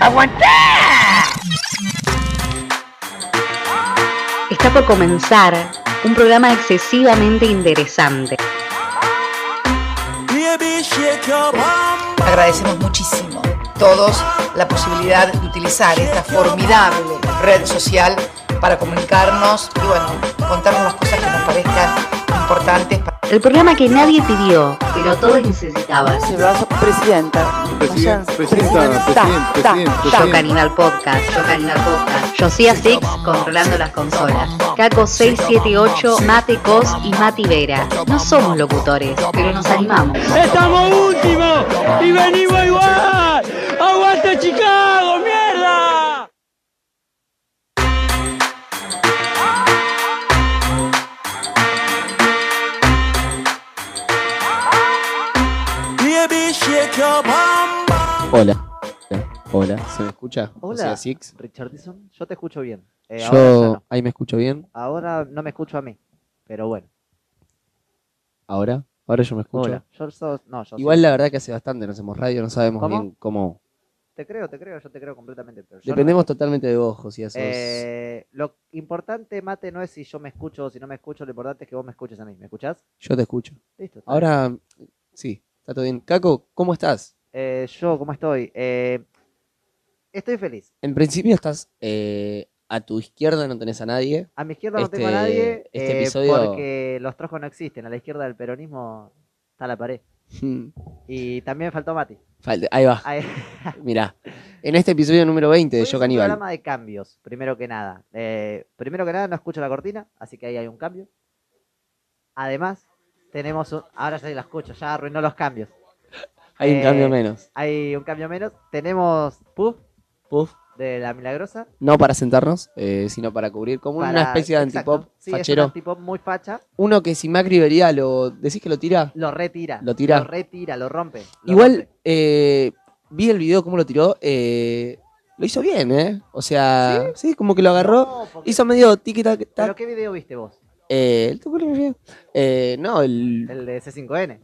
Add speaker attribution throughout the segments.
Speaker 1: ¡Aguantá!
Speaker 2: Está por comenzar un programa excesivamente interesante.
Speaker 3: Baby, shake your bum.
Speaker 4: Agradecemos muchísimo todos la posibilidad de utilizar esta formidable red social para comunicarnos y bueno, contarnos las cosas que nos parezcan importantes.
Speaker 2: El programa que nadie pidió, pero todos necesitaban.
Speaker 5: Sí, brazo, presidenta. Vayan-
Speaker 6: Presidenta, presidenta, presidenta,
Speaker 5: ta,
Speaker 6: presidenta,
Speaker 5: ta.
Speaker 2: Yo Canibal Podcast, Yo Canibal Podcast, Josía Six controlando las consolas, Caco 678, Mate Cos y Mati Vera. No somos locutores, pero nos animamos.
Speaker 7: ¡Estamos últimos! ¡Y venimos igual! ¡Aguanta Chicago, mierda!
Speaker 3: Baby, shake your bum.
Speaker 8: Hola. Hola, ¿se me escucha?
Speaker 9: Hola.
Speaker 8: José Asix.
Speaker 9: Richardson, yo te escucho bien. Eh, Ahora, ya
Speaker 8: Yo
Speaker 9: no.
Speaker 8: ahí me escucho bien.
Speaker 9: Ahora no me escucho a mí, pero bueno.
Speaker 8: Ahora, ahora yo me escucho.
Speaker 9: Hola. Yo sos- no, yo
Speaker 8: Igual
Speaker 9: sí.
Speaker 8: la verdad que hace bastante no hacemos radio, no sabemos
Speaker 9: ¿Cómo?
Speaker 8: bien cómo.
Speaker 9: Te creo, te creo, yo te creo completamente. Pero yo no-
Speaker 8: Dependemos totalmente de vos, José Asix.
Speaker 9: Eh, lo importante, Mate, no es si yo me escucho o si no me escucho, lo importante es que vos me escuches a mí. ¿Me escuchás?
Speaker 8: Yo te escucho.
Speaker 9: Listo. está bien.
Speaker 8: Ahora, sí, está todo bien. Caco, ¿cómo estás?
Speaker 9: Eh, yo, ¿cómo estoy? Eh, estoy feliz.
Speaker 8: En principio estás eh, a tu izquierda, no tenés a nadie.
Speaker 9: A mi izquierda no tengo a
Speaker 8: Este-
Speaker 9: nadie
Speaker 8: este
Speaker 9: eh,
Speaker 8: episodio-
Speaker 9: porque los trojos no existen. A la izquierda del peronismo está la pared.
Speaker 8: Hmm.
Speaker 9: Y también faltó Mati.
Speaker 8: Falta- Ahí va,
Speaker 9: Ay,
Speaker 8: mirá. En este episodio número 20 de
Speaker 9: Hoy
Speaker 8: Yo
Speaker 9: es un
Speaker 8: Caníbal.
Speaker 9: programa de cambios, primero que nada. Eh, primero que nada, no escucho la cortina, así que ahí hay un cambio. Además, tenemos un... Ahora sí la escucho, ya arruinó los cambios.
Speaker 8: Hay un
Speaker 9: eh,
Speaker 8: cambio menos.
Speaker 9: Hay un cambio menos. Tenemos Puff
Speaker 8: Puff.
Speaker 9: de La Milagrosa.
Speaker 8: No para sentarnos, eh, sino para cubrir como una
Speaker 9: para-
Speaker 8: especie de
Speaker 9: exacto,
Speaker 8: antipop
Speaker 9: sí, es un
Speaker 8: fachero.
Speaker 9: antipop muy facha.
Speaker 8: Uno que si Macri vería, lo decís que lo tira.
Speaker 9: Lo retira.
Speaker 8: Lo tira.
Speaker 9: Lo retira, lo rompe. lo
Speaker 8: Igual
Speaker 9: rompe.
Speaker 8: eh, vi el video cómo lo tiró. eh, lo hizo bien, ¿eh? O sea, ¿Sí? como que lo agarró.
Speaker 9: No, porque-
Speaker 8: Hizo medio tiki tac
Speaker 9: ¿Pero
Speaker 8: tac.
Speaker 9: qué video viste vos?
Speaker 8: Eh, el tucu, tucu, tucu. Eh, no, el.
Speaker 9: El de C5N.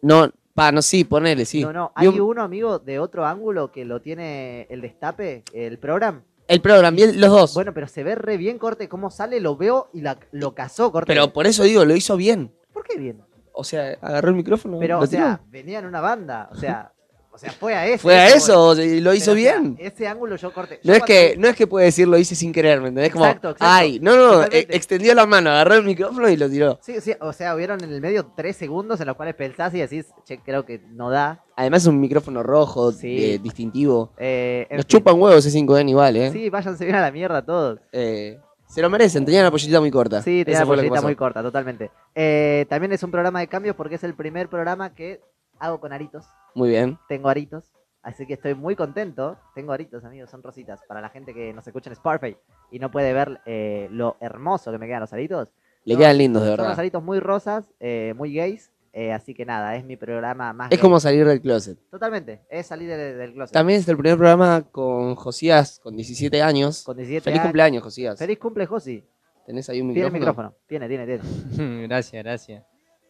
Speaker 8: No, pa, no, sí, ponele, sí.
Speaker 9: No, no.
Speaker 8: Vi
Speaker 9: Hay
Speaker 8: un-
Speaker 9: uno, amigo, de otro ángulo que lo tiene el destape, el programa.
Speaker 8: El programa, vi el- los dos.
Speaker 9: Bueno, pero se ve re bien, corte, cómo sale, lo veo y la- lo cazó, corte.
Speaker 8: pero por eso digo, lo hizo bien.
Speaker 9: ¿por qué bien?
Speaker 8: O sea, agarró el micrófono.
Speaker 9: Pero,
Speaker 8: lo
Speaker 9: o sea,
Speaker 8: tiró.
Speaker 9: venía en una banda, o sea, o sea, fue a eso.
Speaker 8: fue a
Speaker 9: eso voy.
Speaker 8: eso, y lo hizo
Speaker 9: Pero, o sea,
Speaker 8: bien.
Speaker 9: ese ángulo yo corte.
Speaker 8: No
Speaker 9: yo
Speaker 8: es, que,
Speaker 9: cuando-
Speaker 8: no es que puede decir lo hice sin querer, ¿me entendés? Como,
Speaker 9: Exacto, exacto.
Speaker 8: ay, no, no, eh,
Speaker 9: Totalmente.
Speaker 8: extendió la mano, agarró el micrófono y lo tiró.
Speaker 9: Sí, sí, o sea, hubieron en el medio tres segundos en los cuales pensás y decís, che, creo que no da.
Speaker 8: Además es un micrófono rojo,
Speaker 9: Sí.
Speaker 8: eh, distintivo.
Speaker 9: Eh, en
Speaker 8: Nos
Speaker 9: fin.
Speaker 8: chupan huevos ese 5N igual, ¿eh?
Speaker 9: Sí, váyanse bien a la mierda todos.
Speaker 8: Eh, Se lo merecen, tenían la pollita muy corta.
Speaker 9: Sí, tenía
Speaker 8: Eso
Speaker 9: la
Speaker 8: fue lo que
Speaker 9: pollita
Speaker 8: pasó.
Speaker 9: muy corta, totalmente. Eh, también es un programa de cambios porque es el primer programa que hago con aritos.
Speaker 8: Muy bien.
Speaker 9: Tengo aritos, así que estoy muy contento. Tengo aritos, amigos, son rositas. Para la gente que nos escucha en Spotify y no puede ver eh, lo hermoso que me quedan los aritos.
Speaker 8: Le
Speaker 9: No,
Speaker 8: quedan lindos, de
Speaker 9: Son los
Speaker 8: verdad.
Speaker 9: aritos muy rosas, eh, muy gays. eh, así que nada, es mi programa más.
Speaker 8: Es
Speaker 9: gay.
Speaker 8: como salir del closet.
Speaker 9: Totalmente, es salir de- del closet.
Speaker 8: También es el primer programa con Josías, con 17 años.
Speaker 9: Con 17
Speaker 8: Feliz
Speaker 9: años.
Speaker 8: cumpleaños, Josías.
Speaker 9: Feliz cumple, Josi.
Speaker 8: ¿Tenés ahí un
Speaker 9: Tiene el
Speaker 8: micrófono?
Speaker 9: micrófono. Tiene, tiene, tiene.
Speaker 10: gracias, gracias.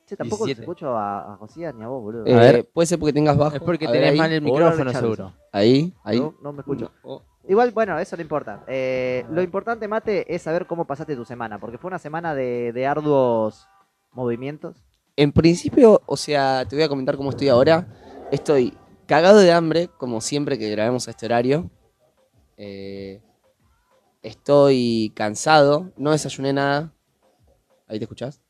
Speaker 9: Che, tampoco los
Speaker 10: 17.
Speaker 9: escucho a, a Josías ni a vos, boludo.
Speaker 8: Eh,
Speaker 10: A ver.
Speaker 8: Puede ser porque tengas bajo.
Speaker 10: Es porque
Speaker 8: A ver,
Speaker 10: tenés
Speaker 8: ahí.
Speaker 10: mal el
Speaker 9: Hola,
Speaker 10: micrófono,
Speaker 9: Richardson.
Speaker 10: seguro.
Speaker 8: Ahí, ahí.
Speaker 9: No, no me escucho.
Speaker 8: No.
Speaker 9: Igual, bueno, eso no importa. Eh, lo importante, Mate, es saber cómo pasaste tu semana, porque fue una semana de, de arduos movimientos.
Speaker 8: En principio, o sea, te voy a comentar cómo estoy ahora. Estoy cagado de hambre, como siempre que grabemos a este horario. Eh, estoy cansado, no desayuné nada. ¿Ahí te escuchás?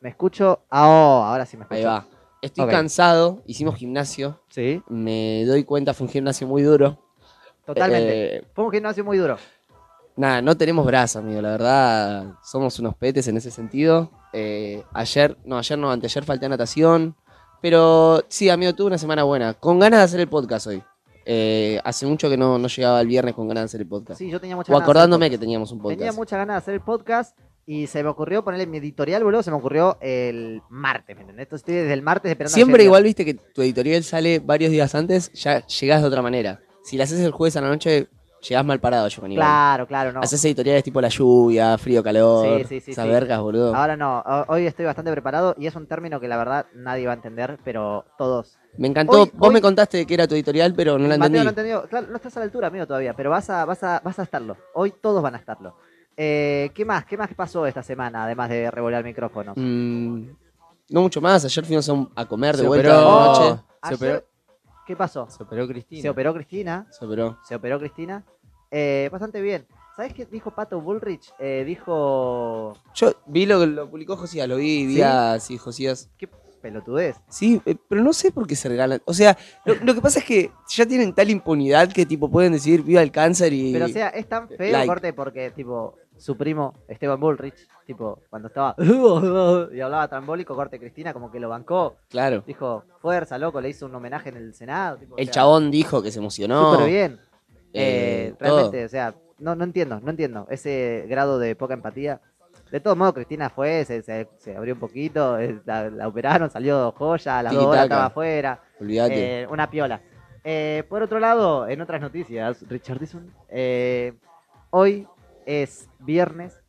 Speaker 9: Me escucho. Ah, oh, ahora sí me escucho.
Speaker 8: Ahí va. Estoy
Speaker 9: Ok.
Speaker 8: cansado, hicimos gimnasio.
Speaker 9: Sí,
Speaker 8: Me doy cuenta, fue un gimnasio muy duro.
Speaker 9: totalmente.
Speaker 8: Eh,
Speaker 9: Fue un gimnasio muy duro.
Speaker 8: nada, no tenemos brazos, amigo, la verdad. Somos unos petes en ese sentido. Eh, ayer, no, ayer no, anteayer falté a natación. Pero sí, amigo, tuve una semana buena. Con ganas de hacer el podcast hoy. Eh, hace mucho que no, no llegaba el viernes con ganas de hacer el podcast.
Speaker 9: Sí, yo tenía
Speaker 8: o
Speaker 9: muchas ganas. de hacer
Speaker 8: acordándome que
Speaker 9: podcast.
Speaker 8: teníamos un podcast.
Speaker 9: Tenía muchas ganas de hacer el podcast y se me ocurrió ponerle mi editorial, boludo. Se me ocurrió el martes, ¿me entendés? Entonces estoy desde el martes esperando. a que
Speaker 8: Siempre
Speaker 9: llegue.
Speaker 8: igual viste que tu editorial sale varios días antes, ya llegás de otra manera. Si la haces el jueves a la noche, Llegás mal parado, yo con Iván.
Speaker 9: Claro, claro, no.
Speaker 8: Haces editoriales tipo la lluvia, frío, calor.
Speaker 9: Sí, sí, sí,
Speaker 8: esas
Speaker 9: sí.
Speaker 8: vergas, boludo.
Speaker 9: Ahora no, ho- hoy estoy bastante preparado y es un término que la verdad nadie va a entender, pero todos.
Speaker 8: me encantó.
Speaker 9: hoy-
Speaker 8: Vos
Speaker 9: hoy-
Speaker 8: me contaste que era tu editorial, pero no la entendí.
Speaker 9: Mateo no entendió. Claro, no estás a la altura, amigo, todavía, pero vas a, vas a, vas a estarlo. Hoy todos van a estarlo. Eh, ¿Qué más? ¿Qué más pasó esta semana, además de revolear micrófonos?
Speaker 8: Mm, no mucho más. Ayer fuimos a, un- a comer de
Speaker 1: Se
Speaker 8: vuelta
Speaker 1: operó.
Speaker 8: de noche.
Speaker 1: Se
Speaker 9: Ayer-
Speaker 1: operó,
Speaker 9: ¿Qué pasó?
Speaker 1: se operó Cristina.
Speaker 9: Se operó Cristina.
Speaker 8: Se operó.
Speaker 9: Se operó Cristina. Eh, bastante bien. ¿Sabes qué dijo Pato Bullrich? Eh, dijo.
Speaker 8: Yo vi lo que lo publicó Josías, lo vi, vi
Speaker 9: ¿Sí?
Speaker 8: a sí, Josías.
Speaker 9: ¿Qué pelotudez?
Speaker 8: Sí, eh, pero no sé por qué se regalan. O sea, lo, lo que pasa es que ya tienen tal impunidad que tipo pueden decir viva el cáncer y.
Speaker 9: Pero o sea, es tan feo
Speaker 8: Like.
Speaker 9: corte porque tipo su primo Esteban Bullrich, tipo cuando estaba y hablaba trambólico, corte Cristina como que lo bancó,
Speaker 8: claro.
Speaker 9: dijo, "Fuerza, loco", le hizo un homenaje en el Senado, tipo, o
Speaker 8: El
Speaker 9: sea,
Speaker 8: chabón dijo que se emocionó.
Speaker 9: Súper bien.
Speaker 8: eh,
Speaker 9: Eh,
Speaker 8: todo.
Speaker 9: realmente, o sea, no, no entiendo, no entiendo ese grado de poca empatía. De todos modos, Cristina fue, se, se- se abrió un poquito, eh, la, la operaron, salió joya, a las dos horas
Speaker 8: Tiki-taka.
Speaker 9: estaba afuera.
Speaker 8: Olvídate.
Speaker 9: Eh, una piola. Eh, por otro lado, en otras noticias, Richardson, eh, hoy es viernes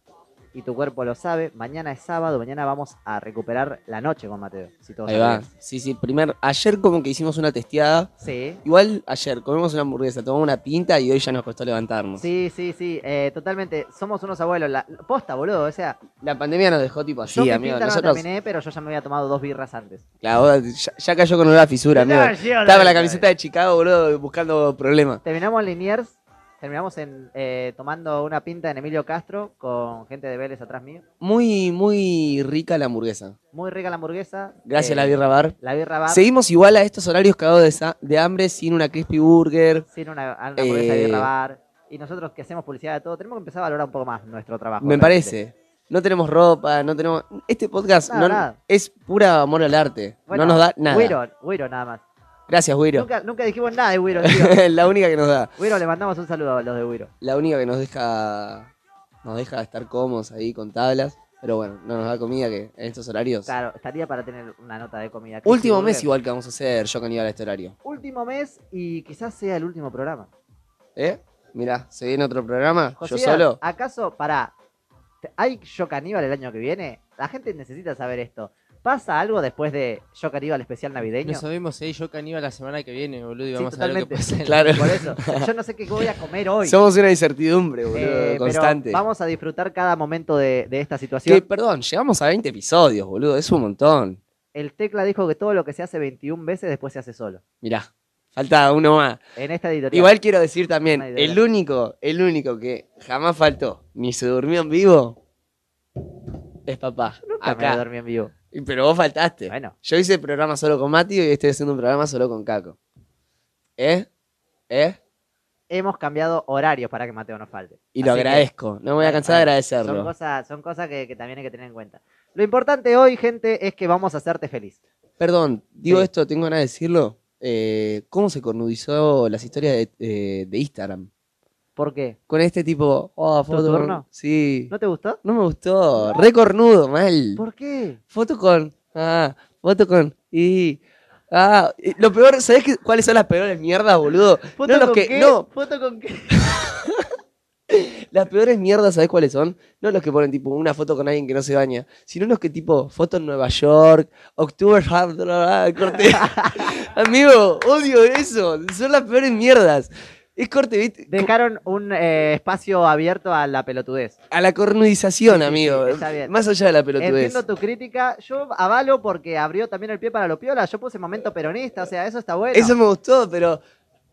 Speaker 9: y tu cuerpo lo sabe. Mañana es sábado, mañana vamos a recuperar la noche con Mateo. Si todo
Speaker 8: Ahí
Speaker 9: sale
Speaker 8: va.
Speaker 9: bien.
Speaker 8: Sí, sí. Primero, ayer como que hicimos una testeada.
Speaker 9: Sí.
Speaker 8: Igual ayer comimos una hamburguesa, tomamos una pinta y hoy ya nos costó levantarnos.
Speaker 9: Sí, sí, sí, eh, totalmente. Somos unos abuelos. La, posta, boludo. O sea,
Speaker 8: La pandemia nos dejó tipo así,
Speaker 9: yo mi
Speaker 8: amigo.
Speaker 9: pinta no la
Speaker 8: Nosotros,
Speaker 9: terminé, pero yo ya me había tomado dos birras antes.
Speaker 8: la- ya, ya cayó con una fisura, amigo. Estaba con la camiseta de Chicago, boludo, buscando problemas.
Speaker 9: Terminamos en Liniers, terminamos en, eh, tomando una pinta en Emilio Castro con gente de Vélez atrás mío.
Speaker 8: Muy, muy rica la hamburguesa.
Speaker 9: Muy rica la hamburguesa.
Speaker 8: Gracias
Speaker 9: eh,
Speaker 8: a la birra bar.
Speaker 9: La birra bar.
Speaker 8: Seguimos igual a estos horarios cagados de, sa- de hambre sin una crispy burger.
Speaker 9: sin una, a una hamburguesa de
Speaker 8: Eh,
Speaker 9: birra bar. Y nosotros que hacemos publicidad de todo, tenemos que empezar a valorar un poco más nuestro trabajo.
Speaker 8: Me
Speaker 9: realmente.
Speaker 8: parece. No tenemos ropa, no tenemos. Este podcast
Speaker 9: Nada,
Speaker 8: no-
Speaker 9: nada.
Speaker 8: es pura amor al arte.
Speaker 9: Bueno,
Speaker 8: no nos da nada.
Speaker 9: Wiro, Wiro nada más.
Speaker 8: Gracias, Wiro.
Speaker 9: Nunca, nunca dijimos nada de Wiro. tío.
Speaker 8: la única que nos da.
Speaker 9: Wiro, le mandamos un saludo a los de Wiro.
Speaker 8: La única que nos deja. Nos deja estar cómodos ahí con tablas. Pero bueno, no nos da comida que en estos horarios.
Speaker 9: Claro, estaría para tener una nota de comida. Crispy
Speaker 8: Último
Speaker 9: Burger.
Speaker 8: mes igual que vamos a hacer yo con Iván a este horario.
Speaker 9: Último mes y quizás sea el último programa.
Speaker 8: ¿Eh? Mirá, se viene otro programa, yo
Speaker 9: Josías,
Speaker 8: solo.
Speaker 9: ¿Acaso, para ¿Hay Yo Caníbal el año que viene? La gente necesita saber esto. ¿Pasa algo después de Yo Caníbal especial navideño?
Speaker 1: No sabemos si hay yo caníbal la semana que viene, boludo, y
Speaker 9: Sí,
Speaker 1: vamos a ver lo
Speaker 9: totalmente.
Speaker 1: que pasa. en la-
Speaker 8: Claro.
Speaker 9: Por eso, yo no sé qué ah, voy a comer hoy.
Speaker 8: Somos una incertidumbre, boludo,
Speaker 9: Eh, pero
Speaker 8: constante.
Speaker 9: vamos a disfrutar cada momento de, de esta
Speaker 8: Que,
Speaker 9: situación.
Speaker 8: perdón, llegamos a 20 episodios, boludo, es un montón.
Speaker 9: El tecla dijo que todo lo que se hace 21 veces después se hace solo.
Speaker 8: Mirá, falta uno más.
Speaker 9: En esta editorial.
Speaker 8: Igual quiero decir también,
Speaker 9: Una idea.
Speaker 8: el único, el único que jamás faltó, ni se durmió en vivo, es papá.
Speaker 9: Nunca Ah, me
Speaker 8: Acá.
Speaker 9: dormí en vivo.
Speaker 8: Y- Pero vos faltaste.
Speaker 9: Bueno,
Speaker 8: Yo hice programa solo con Mati y hoy estoy haciendo un programa solo con Caco. ¿Eh? ¿Eh?
Speaker 9: hemos cambiado horarios para que Mateo nos falte.
Speaker 8: Y lo
Speaker 9: Así que
Speaker 8: agradezco. no me voy a cansar de
Speaker 9: Son
Speaker 8: agradecerlo.
Speaker 9: cosas, son cosas que, que también hay que tener en cuenta. Lo importante hoy, gente, es que vamos a hacerte feliz.
Speaker 8: Perdón, digo
Speaker 9: Sí.
Speaker 8: esto, tengo ganas de decirlo. Eh, ¿Cómo se cornudizó las historias de, eh, de Instagram?
Speaker 9: ¿Por qué?
Speaker 8: Con este tipo. Oh,
Speaker 9: ¿Tu
Speaker 8: foto con...
Speaker 9: turno?
Speaker 8: Sí.
Speaker 9: ¿No te gustó?
Speaker 8: No me gustó. Re cornudo, mal.
Speaker 9: ¿Por qué?
Speaker 8: Foto con. Ah, foto con. Y. Ah, y lo peor, ¿sabés qué- cuáles son las peores mierdas, boludo?
Speaker 9: ¿Foto
Speaker 8: No, los
Speaker 9: con
Speaker 8: que.
Speaker 9: qué?
Speaker 8: No,
Speaker 9: ¿Foto con qué?
Speaker 8: Las peores mierdas, ¿sabes cuáles son? No los que ponen tipo una foto con alguien que no se baña, sino los que tipo foto en Nueva York, October Heart, bla, bla, bla, corte. Amigo, odio eso. Son las peores mierdas. Es corte, ¿viste?
Speaker 9: Dejaron un eh, espacio abierto a la pelotudez.
Speaker 8: A la cornudización,
Speaker 9: Sí, sí, sí,
Speaker 8: amigo.
Speaker 9: está bien.
Speaker 8: Más allá de la pelotudez.
Speaker 9: Entiendo tu crítica, yo avalo porque abrió también el pie para lo piola, yo puse momento peronista, o sea, eso está bueno.
Speaker 8: Eso me gustó, pero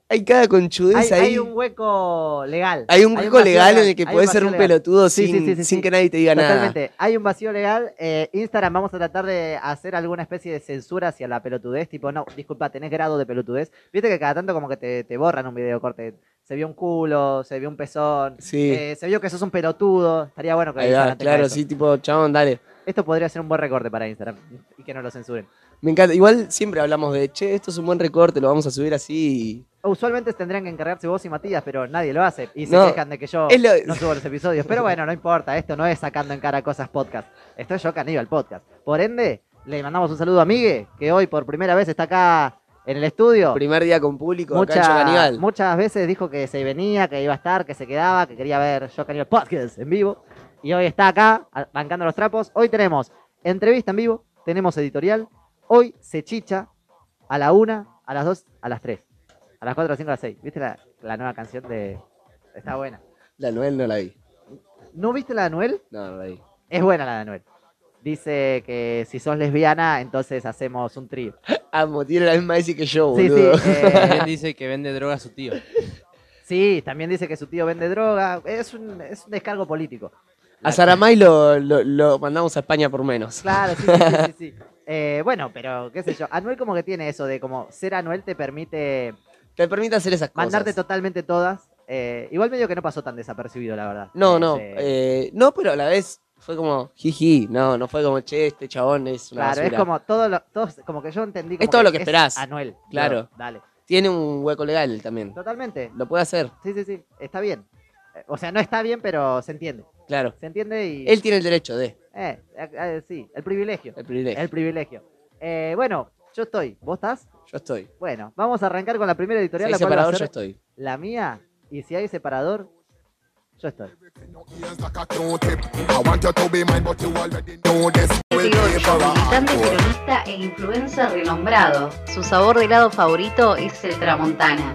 Speaker 8: hay cada conchudez
Speaker 9: hay,
Speaker 8: ahí.
Speaker 9: hay un hueco legal.
Speaker 8: hueco
Speaker 9: vacío
Speaker 8: legal en el que
Speaker 9: hay un
Speaker 8: podés ser
Speaker 9: vacío
Speaker 8: un
Speaker 9: legal.
Speaker 8: pelotudo
Speaker 9: Sí, sí,
Speaker 8: sin,
Speaker 9: sí, sí,
Speaker 8: sin
Speaker 9: sí.
Speaker 8: que nadie te diga
Speaker 9: Totalmente,
Speaker 8: nada.
Speaker 9: hay un vacío legal. eh, Instagram, vamos a tratar de hacer alguna especie de censura hacia la pelotudez. Tipo, no, disculpa, tenés grado de pelotudez. Viste que cada tanto como que te, te borran un video corte. Se vio un culo, se vio un pezón,
Speaker 8: Sí.
Speaker 9: eh, se vio que sos un pelotudo. Estaría bueno que
Speaker 8: Ahí
Speaker 9: Instagram
Speaker 8: va,
Speaker 9: tenga
Speaker 8: claro,
Speaker 9: eso.
Speaker 8: sí, tipo, chabón, dale.
Speaker 9: Esto podría ser un buen recorte para Instagram y que no lo censuren.
Speaker 8: Me encanta. Igual siempre hablamos de, che, esto es un buen recorte, lo vamos a subir así.
Speaker 9: Usualmente tendrían que encargarse vos y Matías, pero nadie lo hace. Y se
Speaker 8: No,
Speaker 9: quejan de que yo
Speaker 8: es lo-
Speaker 9: no subo los episodios. Pero bueno, no importa, esto no es sacando en cara cosas podcast. Esto es yo Caníbal Podcast. Por ende, le mandamos un saludo a Migue, que hoy por primera vez está acá en el estudio.
Speaker 8: Primer día con público acá en
Speaker 9: mucha-
Speaker 8: Chocaníbal.
Speaker 9: muchas veces dijo que se venía, que iba a estar, que se quedaba, que quería ver Yo Caníbal Podcast en vivo. Y hoy está acá, a- bancando los trapos. Hoy tenemos entrevista en vivo, tenemos editorial. Hoy se chicha a la una, a las dos, a las tres, a las cuatro, a las cinco, a las seis. ¿Viste la, la nueva canción de. Está buena.
Speaker 8: La Noel no la vi.
Speaker 9: ¿No viste la de Anuel?
Speaker 8: No, no la vi.
Speaker 9: Es buena la de Anuel. Dice que si sos lesbiana, entonces hacemos un trío.
Speaker 8: Amo, tiene la misma ESI que yo,
Speaker 9: Sí, sí.
Speaker 8: Oh, boludo.
Speaker 9: eh,
Speaker 1: También dice que vende droga a su tío.
Speaker 9: Sí, también dice que su tío vende droga. Es un, es un descargo político.
Speaker 8: A Saramay lo, lo, lo mandamos a España por menos.
Speaker 9: Claro, sí, sí, sí. sí, sí. Eh, bueno, pero qué sé yo. Anuel como que tiene eso de como ser Anuel te permite
Speaker 8: Te permite hacer esas cosas.
Speaker 9: mandarte totalmente todas. Eh, igual medio que no pasó tan desapercibido, la verdad.
Speaker 8: No,
Speaker 9: Eh,
Speaker 8: no.
Speaker 9: se-
Speaker 8: eh, no, pero a la vez fue como, jiji. No, no fue como, che, este chabón es una
Speaker 9: claro, es
Speaker 8: basura.
Speaker 9: como todo lo, todos- como que yo entendí como
Speaker 8: Es todo lo que
Speaker 9: es
Speaker 8: esperás.
Speaker 9: Anuel.
Speaker 8: Claro.
Speaker 9: Yo, dale.
Speaker 8: Tiene un hueco legal él también.
Speaker 9: Totalmente.
Speaker 8: Lo puede hacer,
Speaker 9: Sí, sí, sí. Está bien. Eh, O sea, no está bien, pero se entiende.
Speaker 8: claro.
Speaker 9: Se entiende y.
Speaker 8: Él tiene el derecho de,
Speaker 9: eh, eh, eh, sí, el privilegio.
Speaker 8: el privilegio.
Speaker 9: El privilegio. Eh, bueno, yo estoy. ¿Vos estás?
Speaker 8: Yo estoy.
Speaker 9: Bueno, vamos a arrancar con la primera
Speaker 8: Si
Speaker 9: editorial.
Speaker 8: hay
Speaker 9: la cual va a
Speaker 8: separador, yo
Speaker 9: ser-
Speaker 8: estoy.
Speaker 9: la mía y si hay separador, yo estoy.
Speaker 2: 78, militante peronista e influencer renombrado. Su sabor de helado favorito es el tramontana.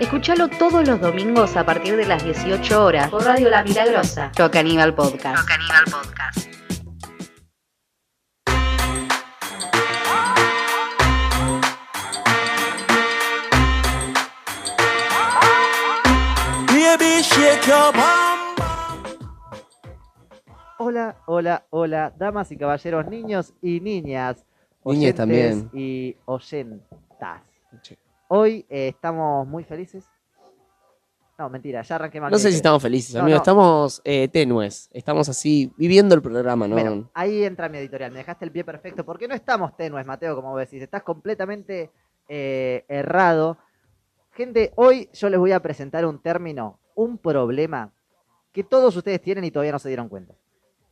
Speaker 2: Escuchalo todos los domingos a partir de las 18 horas por Radio La Milagrosa. Yo Caníbal Podcast. Podcast.
Speaker 3: Baby, shake your bum.
Speaker 9: Hola, hola, hola, damas y caballeros, niños y niñas.
Speaker 8: Niñes
Speaker 9: oyentes
Speaker 8: también.
Speaker 9: Y oyentas.
Speaker 8: Che.
Speaker 9: Hoy eh, estamos muy felices. No, mentira, ya arranqué mal.
Speaker 8: No sé si
Speaker 9: dije.
Speaker 8: estamos felices,
Speaker 9: No,
Speaker 8: amigos.
Speaker 9: no.
Speaker 8: Estamos eh, tenues. Estamos así, viviendo el programa, ¿no?
Speaker 9: Bueno, ahí entra mi editorial, me dejaste el pie perfecto, porque no estamos tenues, Mateo, como vos decís, estás completamente eh, errado. Gente, hoy yo les voy a presentar un término, un problema que todos ustedes tienen y todavía no se dieron cuenta.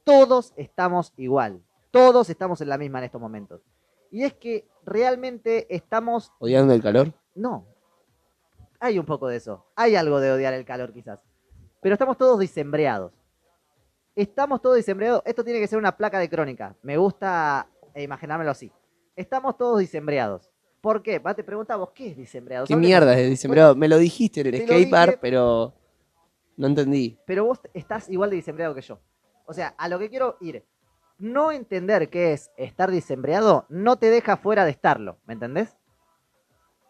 Speaker 9: Todos estamos igual, todos estamos en la misma en estos momentos. Y es que realmente estamos
Speaker 8: Odiando el calor.
Speaker 9: no. Hay un poco de eso. Hay algo de odiar el calor, quizás. Pero estamos todos disembreados. Estamos todos disembreados. Esto tiene que ser una placa de crónica. Me gusta eh, imaginármelo así. Estamos todos disembreados. ¿Por qué? Va, te preguntamos, ¿qué es disembreado?
Speaker 8: ¿Qué
Speaker 9: Hablemos.
Speaker 8: mierda es de diciembre? Me lo dijiste en el
Speaker 9: Te lo
Speaker 8: skatepark,
Speaker 9: dije.
Speaker 8: pero no entendí.
Speaker 9: Pero vos estás igual de disembreado que yo. O sea, a lo que quiero ir. No entender qué es estar disembreado no te deja fuera de estarlo. ¿Me entendés?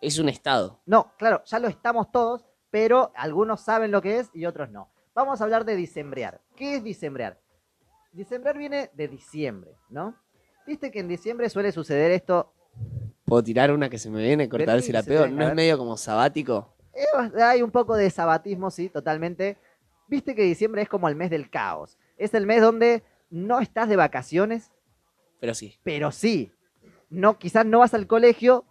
Speaker 8: Es un estado.
Speaker 9: No, claro, ya lo estamos todos, pero algunos saben lo que es y otros no. Vamos a hablar de disembrear. ¿Qué es disembrear? Disembrear viene de diciembre, ¿no? Viste que en diciembre suele suceder esto.
Speaker 8: ¿Puedo tirar una que se me viene, cortar
Speaker 9: Vení,
Speaker 8: si la
Speaker 9: se
Speaker 8: pego?
Speaker 9: venga,
Speaker 8: ¿No
Speaker 9: a
Speaker 8: es
Speaker 9: ver.
Speaker 8: medio como sabático?
Speaker 9: eh, hay un poco de sabatismo, sí, totalmente. Viste que diciembre es como el mes del caos. Es el mes donde no estás de vacaciones,
Speaker 8: Pero sí.
Speaker 9: pero sí. No, quizás no vas al colegio,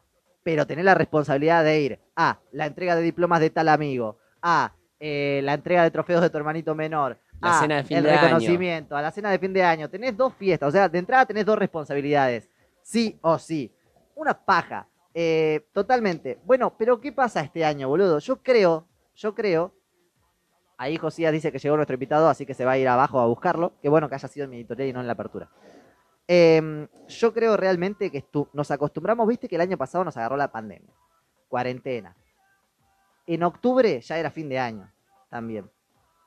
Speaker 9: pero tenés la responsabilidad de ir a la entrega de diplomas de tal amigo, a eh, la entrega de trofeos de tu hermanito menor,
Speaker 8: La
Speaker 9: a
Speaker 8: cena de fin
Speaker 9: el
Speaker 8: de año.
Speaker 9: reconocimiento, a la cena de fin de año. Tenés dos fiestas, o sea, de entrada tenés dos responsabilidades, sí o sí. Una paja, eh, totalmente. Bueno, pero ¿qué pasa este año, boludo? Yo creo, yo creo. Ahí Josías dice que llegó nuestro invitado, así que se va a ir abajo a buscarlo. Qué bueno que haya sido en mi editorial y no en la apertura. Em, yo creo realmente que estu- nos acostumbramos, viste que el año pasado nos agarró la pandemia, cuarentena. En octubre ya era fin de año también.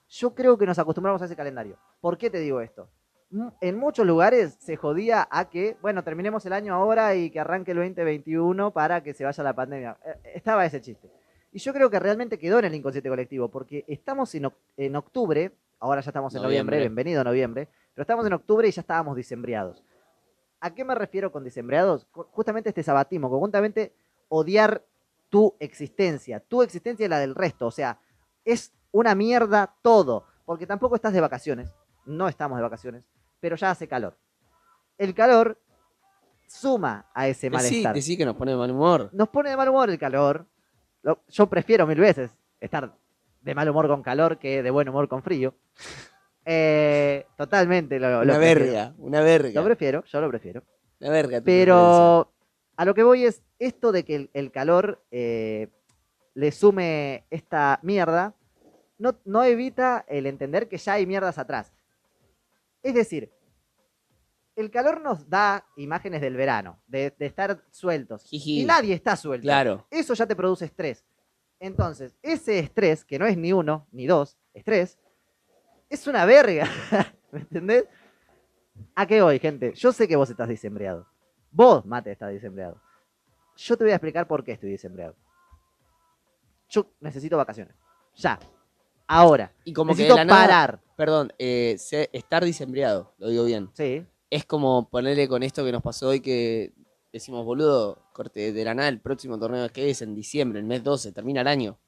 Speaker 9: Yo creo que nos acostumbramos a ese calendario. ¿Por qué te digo esto? Mm, En muchos lugares se jodía a que, bueno, terminemos el año ahora y que arranque el 2021 para que se vaya la pandemia. Eh, Estaba ese chiste. Y yo creo que realmente quedó en el inconsciente colectivo, porque estamos en, oc- en octubre, ahora ya estamos en noviembre,
Speaker 8: Noviembre.
Speaker 9: bienvenido noviembre, pero estamos en octubre y ya estábamos diciembriados. ¿A qué me refiero con desembreados? Con- Justamente este sabatismo, con justamente odiar tu existencia, tu existencia y la del resto. O sea, es una mierda todo, porque tampoco estás de vacaciones, no estamos de vacaciones, pero ya hace calor. El calor suma a ese
Speaker 8: Decí,
Speaker 9: malestar.
Speaker 8: decí que nos pone de mal humor.
Speaker 9: Nos pone de mal humor el calor. Lo- Yo prefiero mil veces estar de mal humor con calor que de buen humor con frío. Eh, totalmente lo, lo
Speaker 8: una
Speaker 9: prefiero.
Speaker 8: verga, una
Speaker 9: Lo
Speaker 8: verga.
Speaker 9: prefiero, yo lo prefiero.
Speaker 8: Una verga. tu
Speaker 9: Pero a a lo que voy es esto de que el, el calor eh, le sume esta mierda, no, no evita el entender que ya hay mierdas atrás. Es decir, el calor nos da imágenes del verano, de, de estar sueltos.
Speaker 8: Jiji.
Speaker 9: Y nadie está suelto.
Speaker 8: Claro.
Speaker 9: Eso ya te produce estrés. Entonces, ese estrés, que no es ni uno, ni dos, estrés, es una verga. ¿Me entendés? ¿A qué voy, gente? Yo sé que vos estás disembreado. Vos, Mate, estás disembreado. Yo te voy a explicar por qué estoy disembreado. Yo necesito vacaciones. Ya. Ahora.
Speaker 8: Y como que
Speaker 9: necesito
Speaker 8: de la nada-
Speaker 9: parar.
Speaker 8: perdón, eh, se- estar disembriado, lo digo bien.
Speaker 9: Sí.
Speaker 8: Es como ponerle con esto que nos pasó hoy que decimos, boludo, corte de la nada, el próximo torneo que es en diciembre, el mes 12, termina el año.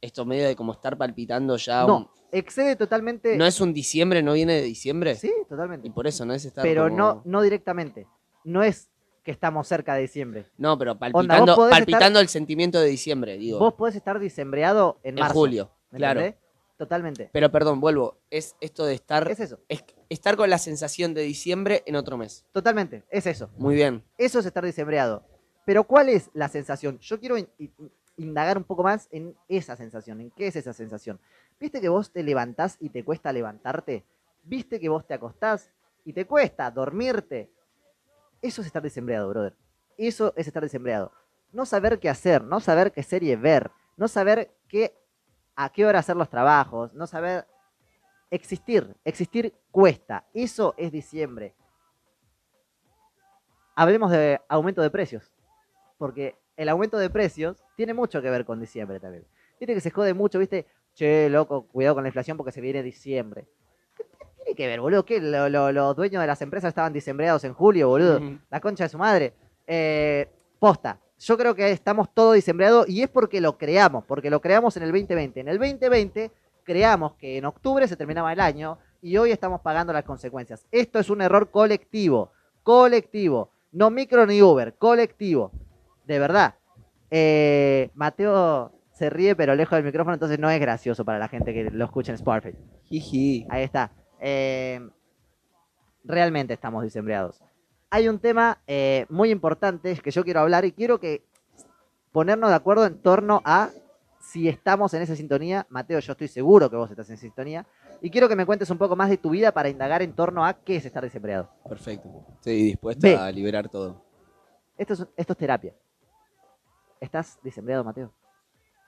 Speaker 8: Esto medio de como estar palpitando ya. un-
Speaker 9: No, excede totalmente.
Speaker 8: ¿No es un diciembre, no viene de diciembre.
Speaker 9: Sí, totalmente.
Speaker 8: Y por eso no es estar.
Speaker 9: pero
Speaker 8: como-
Speaker 9: no, no directamente. No es que estamos cerca de diciembre.
Speaker 8: No, pero palpitando,
Speaker 9: Onda, vos podés
Speaker 8: palpitando el sentimiento de diciembre, digo.
Speaker 9: Vos podés estar disembreado en,
Speaker 8: en
Speaker 9: marzo.
Speaker 8: julio,
Speaker 9: ¿me
Speaker 8: claro.
Speaker 9: entendés? Totalmente.
Speaker 8: Pero perdón, vuelvo. Es esto de estar.
Speaker 9: Es eso.
Speaker 8: es estar con la sensación de diciembre en otro mes.
Speaker 9: Totalmente. Es eso.
Speaker 8: Muy bien.
Speaker 9: Eso es estar disembreado. Pero ¿cuál es la sensación? Yo quiero in- in- indagar un poco más en esa sensación. ¿En qué es esa sensación? ¿Viste que vos te levantás y te cuesta levantarte? ¿Viste que vos te acostás y te cuesta dormirte? Eso es estar desembreado, brother. Eso es estar desembreado. No saber qué hacer, no saber qué serie ver, no saber qué, a qué hora hacer los trabajos, no saber existir. Existir cuesta. Eso es diciembre hablemos de aumento de precios. Porque el aumento de precios tiene mucho que ver con diciembre también. Viste que se jode mucho, viste, che, loco, cuidado con la inflación porque se viene diciembre. ¿Qué tiene que ver, boludo? ¿Qué? Lo- lo- los dueños de las empresas estaban diciembreados en julio, boludo.
Speaker 8: Ujú.
Speaker 9: La concha de su madre. Eh, posta. Yo creo que estamos todos diciembreados y es porque lo creamos, porque lo creamos en el 2020. En el 2020 creamos que en octubre se terminaba el año y hoy estamos pagando las consecuencias. Esto es un error colectivo, colectivo, no micro ni Uber, colectivo, de verdad. Eh, Mateo se ríe pero lejos del micrófono, entonces no es gracioso para la gente que lo escucha en Spotify.
Speaker 8: Jiji.
Speaker 9: Ahí está. Eh, realmente estamos disembreados. Hay un tema eh, muy importante que yo quiero hablar y quiero que ponernos de acuerdo en torno a si estamos en esa sintonía. Mateo, yo estoy seguro que vos estás en sintonía. Y quiero que me cuentes un poco más de tu vida para indagar en torno a qué es estar desempleado.
Speaker 8: Perfecto. Estoy dispuesta
Speaker 9: Ve.
Speaker 8: a liberar todo.
Speaker 9: Esto es, esto es terapia. ¿Estás desempleado, Mateo?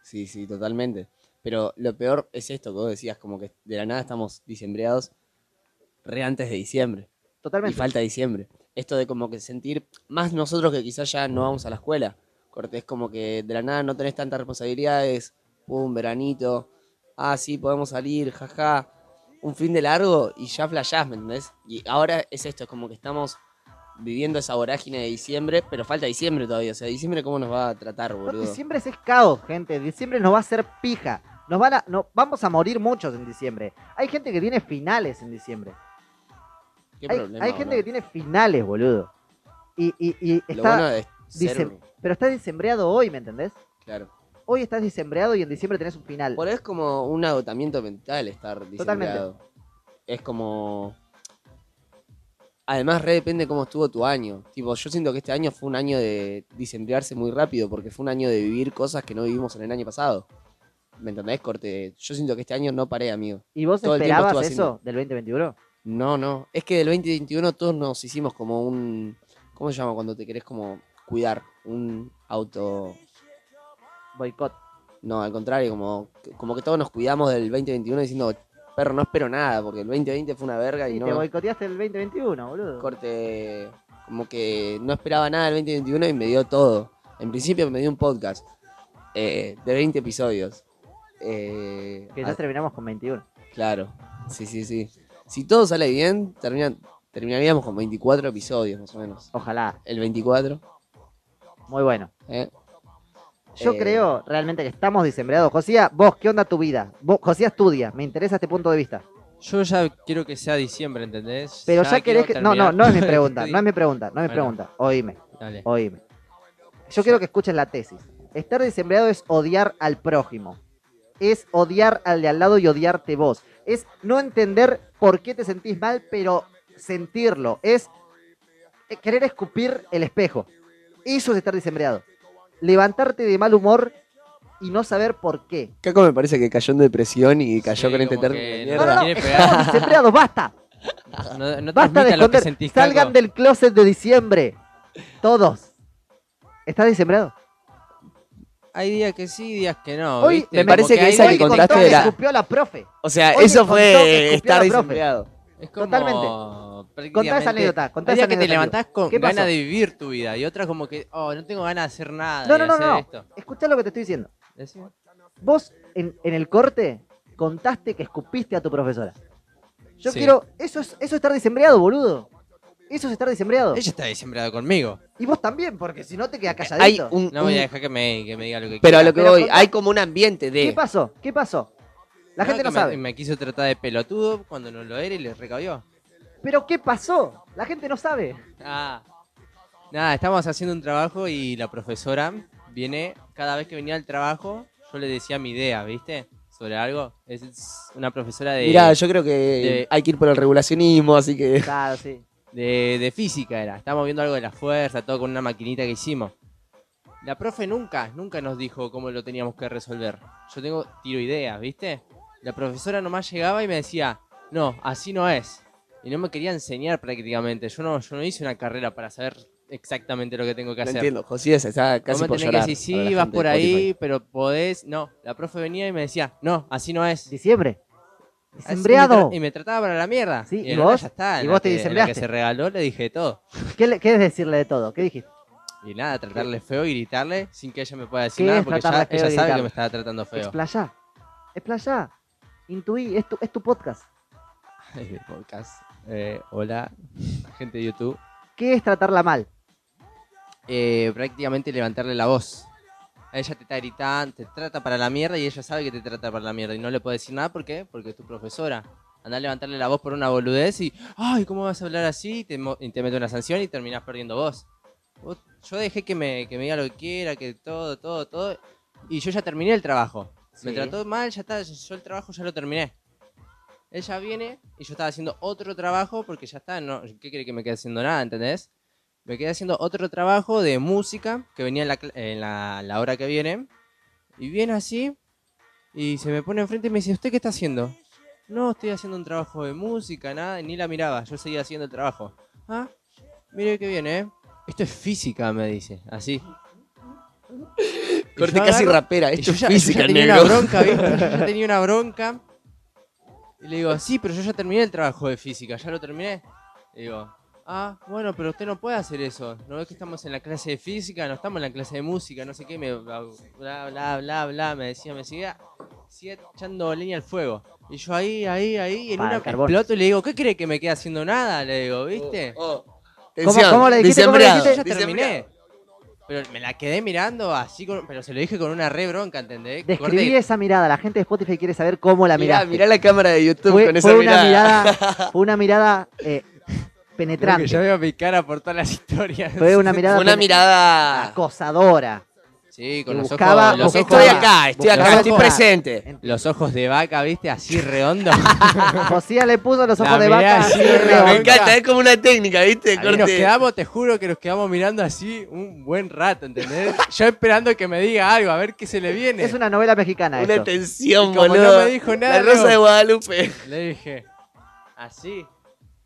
Speaker 8: Sí, sí, totalmente. Pero lo peor es esto que vos decías, como que de la nada estamos diciembreados re antes de diciembre. Y
Speaker 9: Totalmente.
Speaker 8: falta diciembre. Esto de como que sentir, más nosotros que quizás ya no vamos a la escuela. Corte, es como que de la nada no tenés tantas responsabilidades, un veranito, ah, sí, podemos salir, jaja, un fin de largo y ya flashás, ¿me entendés? Y ahora es esto, es como que estamos viviendo esa vorágine de diciembre, pero falta diciembre todavía. O sea, diciembre cómo nos va a tratar,
Speaker 9: Aparte,
Speaker 8: boludo.
Speaker 9: Diciembre es caos, gente. Diciembre nos va a hacer pija. Nos van a, no, vamos a morir muchos en diciembre. Hay gente que tiene finales en diciembre.
Speaker 8: ¿Qué
Speaker 9: hay
Speaker 8: problema,
Speaker 9: hay gente
Speaker 8: boludo?
Speaker 9: que tiene finales, boludo. Y, y- y
Speaker 8: Lo
Speaker 9: está,
Speaker 8: bueno es ser-
Speaker 9: dicem- pero está diciembreado hoy, ¿me entendés?
Speaker 8: claro.
Speaker 9: Hoy estás diciembreado y en diciembre tenés un final.
Speaker 8: Por ahí es como un agotamiento mental estar disembrado.
Speaker 9: Totalmente.
Speaker 8: Es como. Además, re depende cómo estuvo tu año. Tipo, yo siento que este año fue un año de disembrearse muy rápido, porque fue un año de vivir cosas que no vivimos en el año pasado. ¿Me entendés, Corte? Yo siento que este año no paré, amigo.
Speaker 9: ¿Y vos
Speaker 8: todo el tiempo
Speaker 9: esperabas eso
Speaker 8: estuve haciendo-
Speaker 9: del 2021?
Speaker 8: No, no. Es que del 2021 todos nos hicimos como un. ¿Cómo se llama cuando te querés como cuidar? Un auto.
Speaker 9: Boicot.
Speaker 8: No, al contrario, como, como que todos nos cuidamos del 2021 diciendo, perro, no espero nada, porque el 2020 fue una verga y
Speaker 9: Sí,
Speaker 8: no
Speaker 9: te boicoteaste el 2021, boludo.
Speaker 8: corte. Como que no esperaba nada del 2021 y me dio todo. En principio me dio un podcast eh, de 20 episodios. Eh,
Speaker 9: que ya
Speaker 8: ah,
Speaker 9: terminamos con 21.
Speaker 8: claro, sí, sí, sí. Si todo sale bien, terminan- terminaríamos con 24 episodios más o menos.
Speaker 9: Ojalá.
Speaker 8: El 24,
Speaker 9: Muy bueno.
Speaker 8: ¿eh?
Speaker 9: Yo
Speaker 8: Eh,
Speaker 9: creo realmente que estamos disembreados. Josía, vos, ¿qué onda tu vida? Vos, Josía estudia, me interesa este punto de vista.
Speaker 1: Yo ya quiero que sea diciembre, ¿entendés?
Speaker 9: Pero ya, querés que.
Speaker 1: quiero
Speaker 9: No, no,
Speaker 1: terminar.
Speaker 9: no es mi pregunta, no es
Speaker 1: Estoy-
Speaker 9: mi pregunta, no es mi
Speaker 1: Bueno.
Speaker 9: pregunta. Oíme,
Speaker 1: Dale.
Speaker 9: oíme. Yo quiero que escuches la tesis. Estar disembreado es odiar al prójimo. Es odiar al de al lado y odiarte vos. Es no entender por qué te sentís mal, pero sentirlo. Es querer escupir eh, el espejo. Eso es estar desembreado. Levantarte de mal humor y no saber por qué.
Speaker 8: Caco me parece que cayó en depresión y cayó
Speaker 1: Sí,
Speaker 8: con este
Speaker 1: como
Speaker 8: término.
Speaker 1: que
Speaker 8: de
Speaker 1: no-
Speaker 8: mierda.
Speaker 9: No,
Speaker 1: Mierda.
Speaker 9: no,
Speaker 1: Quiere pegar.
Speaker 9: estamos desempleados, basta.
Speaker 1: No,
Speaker 9: Basta de
Speaker 1: no transmita lo que
Speaker 9: esconder.
Speaker 1: sentís,
Speaker 9: Salgan
Speaker 1: Caco.
Speaker 9: del closet de diciembre. Todos. ¿Estás dessembrado?
Speaker 1: Hay días que sí, días que no.
Speaker 9: Hoy
Speaker 1: ¿viste?
Speaker 8: me parece
Speaker 1: Como
Speaker 8: que
Speaker 1: hay
Speaker 8: esa
Speaker 1: días
Speaker 8: que
Speaker 9: contó
Speaker 8: contaste
Speaker 9: que
Speaker 8: era-
Speaker 9: escupió a la profe.
Speaker 8: O sea,
Speaker 9: Hoy
Speaker 8: eso
Speaker 9: me contó que
Speaker 8: fue
Speaker 9: escupió
Speaker 8: estar
Speaker 9: la profe.
Speaker 8: desempleado.
Speaker 1: Es como...
Speaker 9: Totalmente.
Speaker 1: prácticamente-
Speaker 9: Contá esa anécdota, contá
Speaker 1: Hay
Speaker 9: esa
Speaker 1: días que te
Speaker 9: anécdota,
Speaker 1: levantás con
Speaker 9: ¿Qué pasó?
Speaker 1: ganas de vivir tu vida y otras como que, oh, no tengo ganas de hacer nada.
Speaker 9: No,
Speaker 1: y
Speaker 9: no, no,
Speaker 1: hacer
Speaker 9: no.
Speaker 1: esto.
Speaker 9: Escucha lo que te estoy diciendo.
Speaker 1: Decime.
Speaker 9: Vos en, en el corte contaste que escupiste a tu profesora. Yo
Speaker 1: Sí.
Speaker 9: quiero. Eso es, eso es estar desembreado, boludo. Eso es estar desembreado.
Speaker 1: Ella está desembreada conmigo.
Speaker 9: Y vos también, porque si no te quedás
Speaker 8: Hay
Speaker 9: calladito.
Speaker 8: un,
Speaker 1: No
Speaker 8: un-
Speaker 1: voy a dejar que me, que me diga lo que
Speaker 8: pero a
Speaker 1: quiera.
Speaker 8: lo que
Speaker 9: Pero
Speaker 8: voy,
Speaker 9: contá-
Speaker 8: hay como un ambiente
Speaker 9: ¿Qué
Speaker 8: de.
Speaker 9: pasó? ¿Qué pasó? La gente
Speaker 1: que
Speaker 9: no
Speaker 1: me-
Speaker 9: sabe.
Speaker 1: Me, quiso tratar de pelotudo cuando no lo era y le recabió.
Speaker 9: ¿Pero qué pasó? La gente no sabe.
Speaker 1: Ah. Nada, estábamos haciendo un trabajo y la profesora viene, cada vez que venía al trabajo, yo le decía mi idea, ¿viste? Sobre algo. Es- Es una profesora de,
Speaker 8: Mirá, yo creo que
Speaker 1: de-
Speaker 8: hay que ir por el regulacionismo, así que.
Speaker 9: Claro, sí.
Speaker 1: de, de física era. Estábamos viendo algo de la fuerza, todo con una maquinita que hicimos. La profe nunca, nunca nos dijo cómo lo teníamos que resolver. Yo tengo tiro ideas, ¿viste? La profesora nomás llegaba y me decía, no, así no es. Y no me quería enseñar prácticamente. Yo no, yo no hice una carrera para saber exactamente lo que tengo que
Speaker 8: No
Speaker 1: hacer.
Speaker 8: entiendo, José se está
Speaker 1: Vos
Speaker 8: casi
Speaker 1: me
Speaker 8: por
Speaker 1: tenés
Speaker 8: llorar.
Speaker 1: que decir,
Speaker 8: para
Speaker 1: sí,
Speaker 8: la
Speaker 1: vas
Speaker 8: gente
Speaker 1: por
Speaker 8: de
Speaker 1: ahí,
Speaker 8: Spotify.
Speaker 1: pero podés. No, la profe venía y me decía, no, así no es.
Speaker 9: Diciembre.
Speaker 1: Así me
Speaker 9: Desembreado.
Speaker 1: tra- Y me trataba para la mierda.
Speaker 9: Sí, ¿y
Speaker 1: en una
Speaker 9: vos?
Speaker 1: ya está, en
Speaker 9: ¿Y
Speaker 1: la
Speaker 9: vos te
Speaker 1: que- en la
Speaker 9: desembreaste?
Speaker 1: que se regaló le dije todo.
Speaker 9: ¿Qué, le- qué es decirle de todo? ¿Qué dijiste?
Speaker 1: Y nada, tratarle feo y gritarle sin que ella me pueda
Speaker 9: ¿Qué
Speaker 1: decir nada
Speaker 9: es
Speaker 1: porque
Speaker 9: tratarle
Speaker 1: ya,
Speaker 9: feo y
Speaker 1: ella sabe
Speaker 9: gritarle?
Speaker 1: que me estaba tratando feo.
Speaker 9: Explayá. Explayá. Intuí. Es tu, es tu podcast.
Speaker 1: Podcast. Eh, hola, gente de YouTube.
Speaker 9: ¿Qué es tratarla mal?
Speaker 1: Eh, prácticamente levantarle la voz. Ella te está gritando, te trata para la mierda y ella sabe que te trata para la mierda. Y no le puedo decir nada, ¿por qué? Porque es tu profesora. Andá a levantarle la voz por una boludez y, ay, ¿cómo vas a hablar así? Y te, mo- y te mete una sanción y terminás perdiendo vos. Vos- Yo dejé que me, que me diga lo que quiera, que todo, todo, todo. Y yo ya terminé el trabajo. Me
Speaker 9: Sí.
Speaker 1: trató mal, ya está, yo el trabajo ya lo terminé. Ella viene y yo estaba haciendo otro trabajo porque ya está, no, ¿qué quiere que me quede haciendo nada, entendés? Me quedé haciendo otro trabajo de música que venía en la, cl- en la- la hora que viene. Y viene así y se me pone enfrente y me dice, ¿usted qué está haciendo? No, estoy haciendo un trabajo de música, nada, y ni la miraba, yo seguía haciendo el trabajo. Ah, mire que viene, ¿eh? Esto es física, me dice, así. Y
Speaker 8: Corte
Speaker 1: yo
Speaker 8: casi
Speaker 1: agarro-
Speaker 8: rapera,
Speaker 1: y
Speaker 8: esto
Speaker 1: yo
Speaker 8: es
Speaker 1: ya, yo
Speaker 8: física,
Speaker 1: ya tenía una
Speaker 8: negro.
Speaker 1: bronca, ¿viste? Yo ya tenía una bronca. Y le digo, sí, pero yo ya terminé el trabajo de física, ya lo terminé. Y digo, ah, bueno, pero usted no puede hacer eso. ¿No ves que estamos en la clase de física? No estamos en la clase de música, no sé qué. Me, bla, bla, bla, bla, me decía, me sigue, sigue echando leña al fuego. Y yo ahí, ahí, ahí, y en
Speaker 9: Para
Speaker 1: una
Speaker 9: el carbón.
Speaker 1: exploto y le digo, ¿qué cree que me queda haciendo nada? Le
Speaker 8: Oh,
Speaker 1: digo, ¿viste?
Speaker 8: Atención,
Speaker 9: cómo le dijiste, cómo le
Speaker 8: desempleado,
Speaker 1: Yo ya
Speaker 8: desempleado.
Speaker 1: terminé. Pero me la quedé mirando así, con- pero se lo dije con una re bronca, ¿entendés?
Speaker 9: Describí
Speaker 1: Corte-
Speaker 9: esa mirada. La gente de Spotify quiere saber cómo la
Speaker 8: Mirá,
Speaker 9: miraste.
Speaker 8: mirá la cámara de YouTube
Speaker 9: fue,
Speaker 8: con esa
Speaker 9: fue
Speaker 8: mirada.
Speaker 9: una mirada, fue una mirada eh,
Speaker 1: Creo que
Speaker 9: penetrante.
Speaker 1: ya veo mi cara por todas las historias.
Speaker 9: Fue una mirada,
Speaker 8: Fue una
Speaker 9: pene-
Speaker 8: mirada.
Speaker 9: acosadora.
Speaker 1: Sí, con los
Speaker 9: Buscaba-
Speaker 1: ojos, los,
Speaker 9: buscaba-
Speaker 1: ojos
Speaker 8: Estoy acá, estoy
Speaker 1: Los
Speaker 8: acá, estoy
Speaker 1: ojos-
Speaker 8: presente.
Speaker 1: los ojos de vaca, ¿viste? Así redondo.
Speaker 9: Josía le puso los
Speaker 1: La
Speaker 9: ojos de
Speaker 1: mirá
Speaker 9: vaca.
Speaker 1: así,
Speaker 9: así,
Speaker 1: re-
Speaker 9: re-
Speaker 8: Me encanta, es como una técnica, ¿viste?
Speaker 1: Ahí nos
Speaker 8: Corte.
Speaker 1: quedamos, te juro que nos quedamos mirando así un buen rato, ¿entendés? Yo esperando que me diga algo, a ver qué se le viene.
Speaker 9: Es una novela mexicana
Speaker 8: Una
Speaker 9: esto.
Speaker 8: tensión,
Speaker 1: Y como no
Speaker 8: boludo.
Speaker 1: me dijo nada,
Speaker 8: La Rosa
Speaker 1: no.
Speaker 8: de Guadalupe.
Speaker 1: Le dije, así.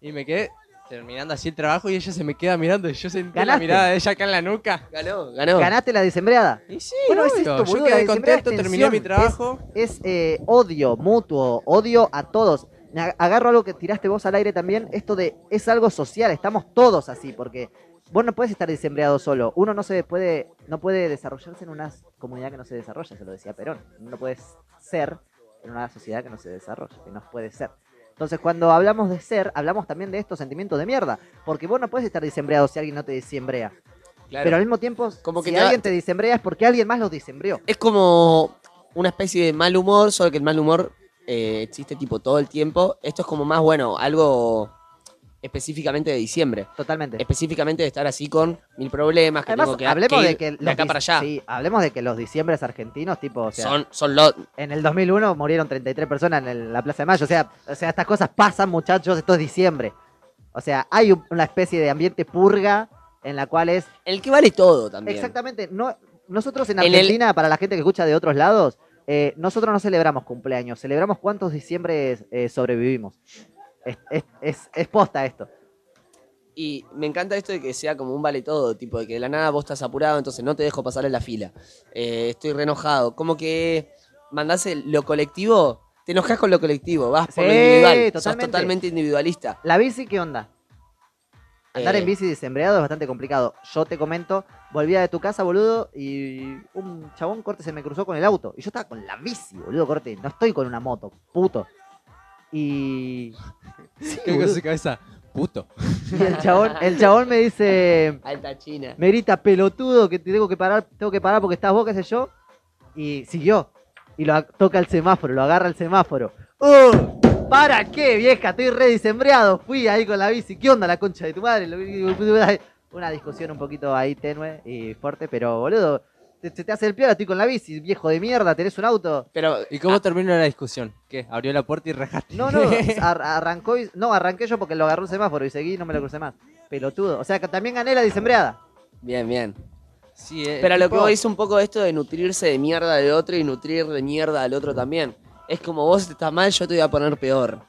Speaker 1: Y me quedé terminando así el trabajo y ella se me queda mirando y yo sentí la
Speaker 9: Ganaste.
Speaker 1: mirada de ella acá en la nuca.
Speaker 8: Ganó, ganó.
Speaker 9: Ganaste la desembreada.
Speaker 1: Y sí,
Speaker 9: Bueno, es
Speaker 1: obvio,
Speaker 9: esto,
Speaker 1: yo
Speaker 9: boludo,
Speaker 1: quedé
Speaker 9: la
Speaker 1: contento,
Speaker 9: tensión.
Speaker 1: terminé mi trabajo.
Speaker 9: Es eh, odio mutuo, odio a todos. Me ag- Agarro algo que tiraste vos al aire también, esto de es algo social, estamos todos así, porque vos no puedes estar desembreado solo. Uno no se puede, no puede desarrollarse en una comunidad que no se desarrolla, se lo decía Perón. No puedes ser en una sociedad que no se desarrolla, que no puede ser. Entonces, cuando hablamos de ser, hablamos también de estos sentimientos de mierda, porque vos no puedes estar desembreado si alguien no te desembrea.
Speaker 8: Claro.
Speaker 9: Pero al mismo tiempo,
Speaker 8: Como que
Speaker 9: si
Speaker 8: te da-
Speaker 9: alguien te desembrea es porque alguien más los desembreó.
Speaker 8: Es como una especie de mal humor, solo que el mal humor eh, existe tipo todo el tiempo. Esto es como más, bueno, algo específicamente de diciembre.
Speaker 9: Totalmente.
Speaker 8: Específicamente de estar así con mil problemas, que
Speaker 9: Además,
Speaker 8: tengo que,
Speaker 9: hablemos
Speaker 8: que
Speaker 9: de
Speaker 8: ir
Speaker 9: que los
Speaker 8: de acá
Speaker 9: dis-
Speaker 8: para allá.
Speaker 9: Sí, hablemos de que los diciembres argentinos, tipo, o sea,
Speaker 8: son, son lo-
Speaker 9: en el 2001 murieron 33 personas en el- la Plaza de Mayo. O sea, o sea, estas cosas pasan, muchachos, esto es diciembre. O sea, hay un- una especie de ambiente purga en la cual es
Speaker 8: El que vale todo también.
Speaker 9: Exactamente. No, nosotros en
Speaker 8: En el-
Speaker 9: Argentina, para la gente que escucha de otros lados, eh, nosotros no celebramos cumpleaños, celebramos cuántos diciembre eh, sobrevivimos. Es, es- es- es posta esto.
Speaker 8: Y me encanta esto de que sea como un vale todo, tipo de que de la nada vos estás apurado, entonces no te dejo pasar en la fila. Eh, estoy re enojado. Como que mandás el- lo colectivo, te enojás con lo colectivo, vas por lo
Speaker 9: Sí,
Speaker 8: individual. Sos
Speaker 9: totalmente.
Speaker 8: totalmente individualista.
Speaker 9: La bici, ¿qué onda? Andar
Speaker 8: Eh,
Speaker 9: en bici desembreado es bastante complicado. Yo te comento, volvía de tu casa, boludo, y un chabón corte se me cruzó con el auto. Y yo estaba con la bici, boludo, corte. No estoy con una moto, puto. Y. Sí,
Speaker 1: ¿Qué
Speaker 9: boludo.
Speaker 1: cosa de cabeza? Puto.
Speaker 9: Y el chabón, el chabón me dice.
Speaker 8: Alta China.
Speaker 9: me grita pelotudo que te tengo que parar, tengo que parar porque estás vos, qué sé yo. Y siguió. Y lo ag- toca el semáforo, lo agarra el semáforo. ¡Oh! ¿Para qué, vieja? Estoy re disembreado. Fui ahí con la bici. ¿Qué onda la concha de tu madre? Lo- Una discusión un poquito ahí tenue y fuerte, pero boludo, se te, te hace el peor, estoy con la bici, viejo de mierda, tenés un auto.
Speaker 8: Pero
Speaker 1: ¿Y cómo terminó la discusión? ¿Qué? ¿Abrió la puerta y rajaste?
Speaker 9: No, no, ar- arrancó y- No, arranqué yo porque lo agarró el semáforo y seguí y no me lo crucé más. Pelotudo. O sea que también gané la disembreada.
Speaker 8: Bien, bien.
Speaker 1: sí, eh,
Speaker 8: Pero a lo que
Speaker 1: tipo-
Speaker 8: voy es un poco esto de nutrirse de mierda del otro y nutrir de mierda al otro también. Es como vos estás mal, yo te voy a poner peor.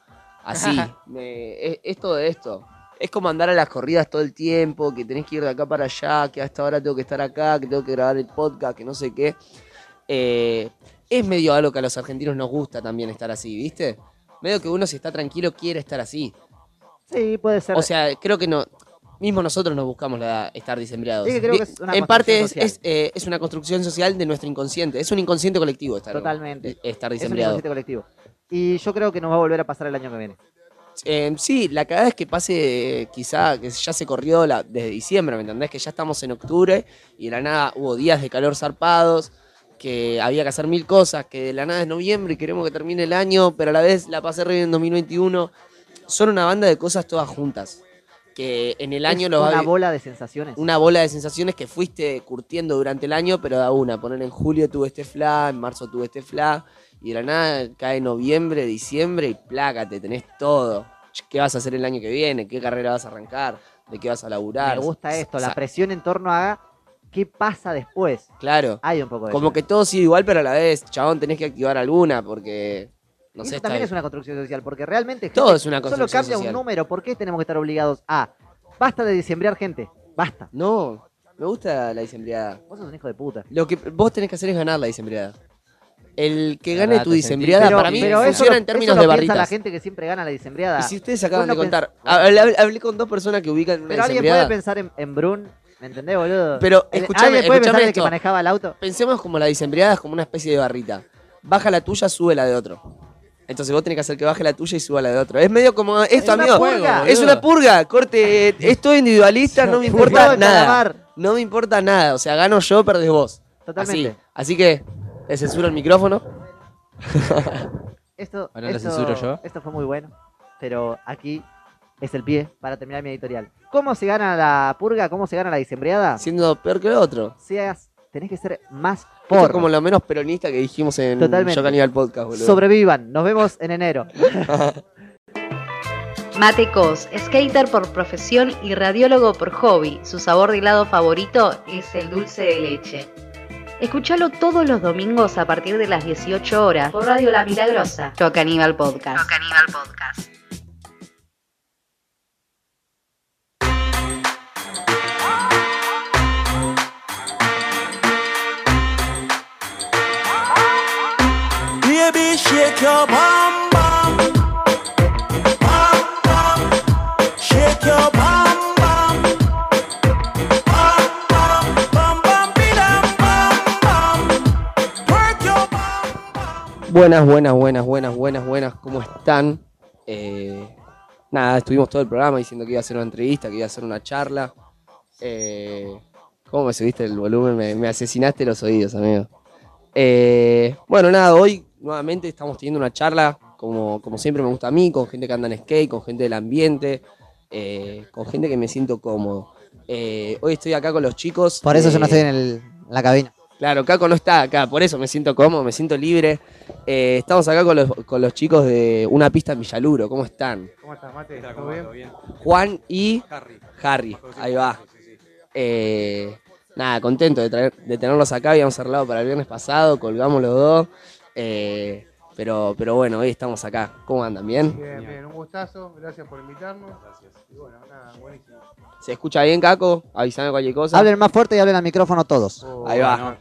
Speaker 8: Así. me- es, es todo esto. Es como andar a las corridas todo el tiempo, que tenés que ir de acá para allá, que hasta ahora tengo que estar acá, que tengo que grabar el podcast, que no sé qué. Eh, es medio algo que a los argentinos nos gusta también estar así, ¿viste? Medio que uno si está tranquilo quiere estar así.
Speaker 9: Sí, puede ser.
Speaker 8: O sea, creo que no. Mismo nosotros nos buscamos la- estar disembreados.
Speaker 9: Es que creo
Speaker 8: Di-
Speaker 9: que es una
Speaker 8: en parte es,
Speaker 9: construcción
Speaker 8: es, eh, es una construcción social de nuestro inconsciente. Es un inconsciente colectivo estar,
Speaker 9: Totalmente.
Speaker 8: eh, estar
Speaker 9: Es un
Speaker 8: disembreado.
Speaker 9: inconsciente colectivo. Y yo creo que nos va a volver a pasar el año que viene.
Speaker 8: Eh, sí, la cagada es que pase, eh, quizá, que ya se corrió la, desde diciembre, ¿me entendés? Que ya estamos en octubre y de la nada hubo días de calor zarpados, que había que hacer mil cosas, que de la nada es noviembre y queremos que termine el año, pero a la vez la pasé re bien en 2021. Son una banda de cosas todas juntas. Que en el año
Speaker 9: es
Speaker 8: lo va a
Speaker 9: una
Speaker 8: vi-
Speaker 9: bola de sensaciones.
Speaker 8: una bola de sensaciones que fuiste curtiendo durante el año, pero da una. Poner en julio tuve este fla, en marzo tuve este fla, y de la nada cae noviembre, diciembre y plácate, tenés todo. ¿Qué vas a hacer el año que viene? ¿Qué carrera vas a arrancar? ¿De qué vas a laburar?
Speaker 9: Me gusta esto,
Speaker 8: Sa-
Speaker 9: la presión en torno a qué pasa después.
Speaker 8: Claro.
Speaker 9: Hay un poco de
Speaker 8: Como
Speaker 9: eso.
Speaker 8: que todo sigue igual, pero a la vez, chabón, tenés que activar alguna porque. No
Speaker 9: Eso
Speaker 8: sé, está
Speaker 9: también es
Speaker 8: bien.
Speaker 9: una construcción social, porque realmente
Speaker 8: Todo
Speaker 9: gente,
Speaker 8: es una
Speaker 9: solo
Speaker 8: construcción
Speaker 9: cambia
Speaker 8: social.
Speaker 9: un número. ¿Por qué tenemos que estar obligados a basta de diciembrear gente? Basta.
Speaker 8: No, me gusta la disembreada.
Speaker 9: Vos sos un hijo de puta.
Speaker 8: Lo que vos tenés que hacer es ganar la disembreada. El que
Speaker 1: Es
Speaker 8: gane
Speaker 1: verdad,
Speaker 8: tu
Speaker 1: te
Speaker 8: disembreada
Speaker 1: sentís-
Speaker 8: para mí
Speaker 1: pero
Speaker 8: funciona
Speaker 1: eso
Speaker 9: lo-
Speaker 8: en términos
Speaker 9: eso
Speaker 8: de
Speaker 9: lo piensa
Speaker 8: barritas.
Speaker 9: la gente que siempre gana la disembreada.
Speaker 8: Y si ustedes acaban
Speaker 9: Vos no
Speaker 8: de contar,
Speaker 9: pens-
Speaker 8: hablé, hablé- hablé con dos personas que ubican una
Speaker 9: Pero alguien puede
Speaker 8: disembreada.
Speaker 9: pensar en, en Brun, ¿me entendés, boludo?
Speaker 8: Pero
Speaker 9: El-
Speaker 8: escuchame,
Speaker 9: ¿Alguien puede
Speaker 8: escuchame
Speaker 9: pensar en el que
Speaker 8: esto.
Speaker 9: manejaba el auto?
Speaker 8: Pensemos como la disembreada es como una especie de barrita. Baja la tuya, sube la de otro. Entonces vos tenés que hacer que baje la tuya y suba la de otro. Es medio como esto,
Speaker 9: una
Speaker 8: amigo.
Speaker 9: purga,
Speaker 8: es una purga. Corte, eh, estoy individualista, no me
Speaker 9: Juego
Speaker 8: importa
Speaker 9: de
Speaker 8: nada.
Speaker 9: calamar.
Speaker 8: No me importa nada. O sea, gano yo, perdés vos.
Speaker 9: Totalmente.
Speaker 8: Así, así que le censuro el micrófono.
Speaker 9: Esto,
Speaker 1: Ahora lo
Speaker 9: esto-
Speaker 1: censuro yo.
Speaker 9: esto fue muy bueno, pero aquí es el pie para terminar mi editorial. ¿Cómo se gana la purga? ¿Cómo se gana la disembreada?
Speaker 8: Siendo peor que el otro.
Speaker 9: Seas, tenés que ser más
Speaker 8: Esto es
Speaker 9: por.
Speaker 8: como lo menos peronista que dijimos en
Speaker 9: Totalmente.
Speaker 8: Yo Caníbal Podcast, boludo.
Speaker 9: Sobrevivan, nos vemos en enero.
Speaker 2: Mate Cos, skater por profesión y radiólogo por hobby. Su sabor de helado favorito es el dulce de leche. Escúchalo todos los domingos a partir de las 18 horas por Radio La Milagrosa. Yo Caníbal Podcast. Podcast.
Speaker 3: Baby, shake your bum bum, bum bum. Shake your bum bum, bum bum, bum bum, bidum, bum bum. Work your bum.
Speaker 8: Buenas, buenas, buenas, buenas, buenas, buenas, ¿cómo están? Eh, nada, estuvimos todo el programa diciendo que iba a hacer una entrevista, que iba a hacer una charla. Eh, ¿Cómo me subiste el volumen? Me, me asesinaste los oídos, amigo. Eh, bueno, nada, hoy nuevamente estamos teniendo una charla, como, como siempre me gusta a mí, con gente que anda en skate, con gente del ambiente, eh, con gente que me siento cómodo. Eh, hoy estoy acá con los chicos.
Speaker 9: Por eso yo no
Speaker 8: sé
Speaker 9: estoy en, el- en la cabina.
Speaker 8: Claro, Caco no está acá, por eso me siento cómodo, me siento libre. Eh, estamos acá con los, con los chicos de una pista en Villaluro, ¿cómo están?
Speaker 6: ¿Cómo estás, Mate? ¿Todo bien?
Speaker 8: Juan y
Speaker 6: Harry.
Speaker 8: Harry, ahí va. Eh, nada, contento de, traer- de tenerlos acá. Habíamos hablado para el viernes pasado, colgamos los dos. Eh, pero, pero bueno, hoy estamos acá. ¿Cómo andan? ¿Bien?
Speaker 6: Bien, bien, un gustazo, gracias por invitarnos. Gracias. Y bueno, nada, buenísimo.
Speaker 8: ¿Se escucha bien, Caco? Avísame cualquier cosa.
Speaker 9: Hablen más fuerte y hablen al micrófono todos.
Speaker 8: Ahí va.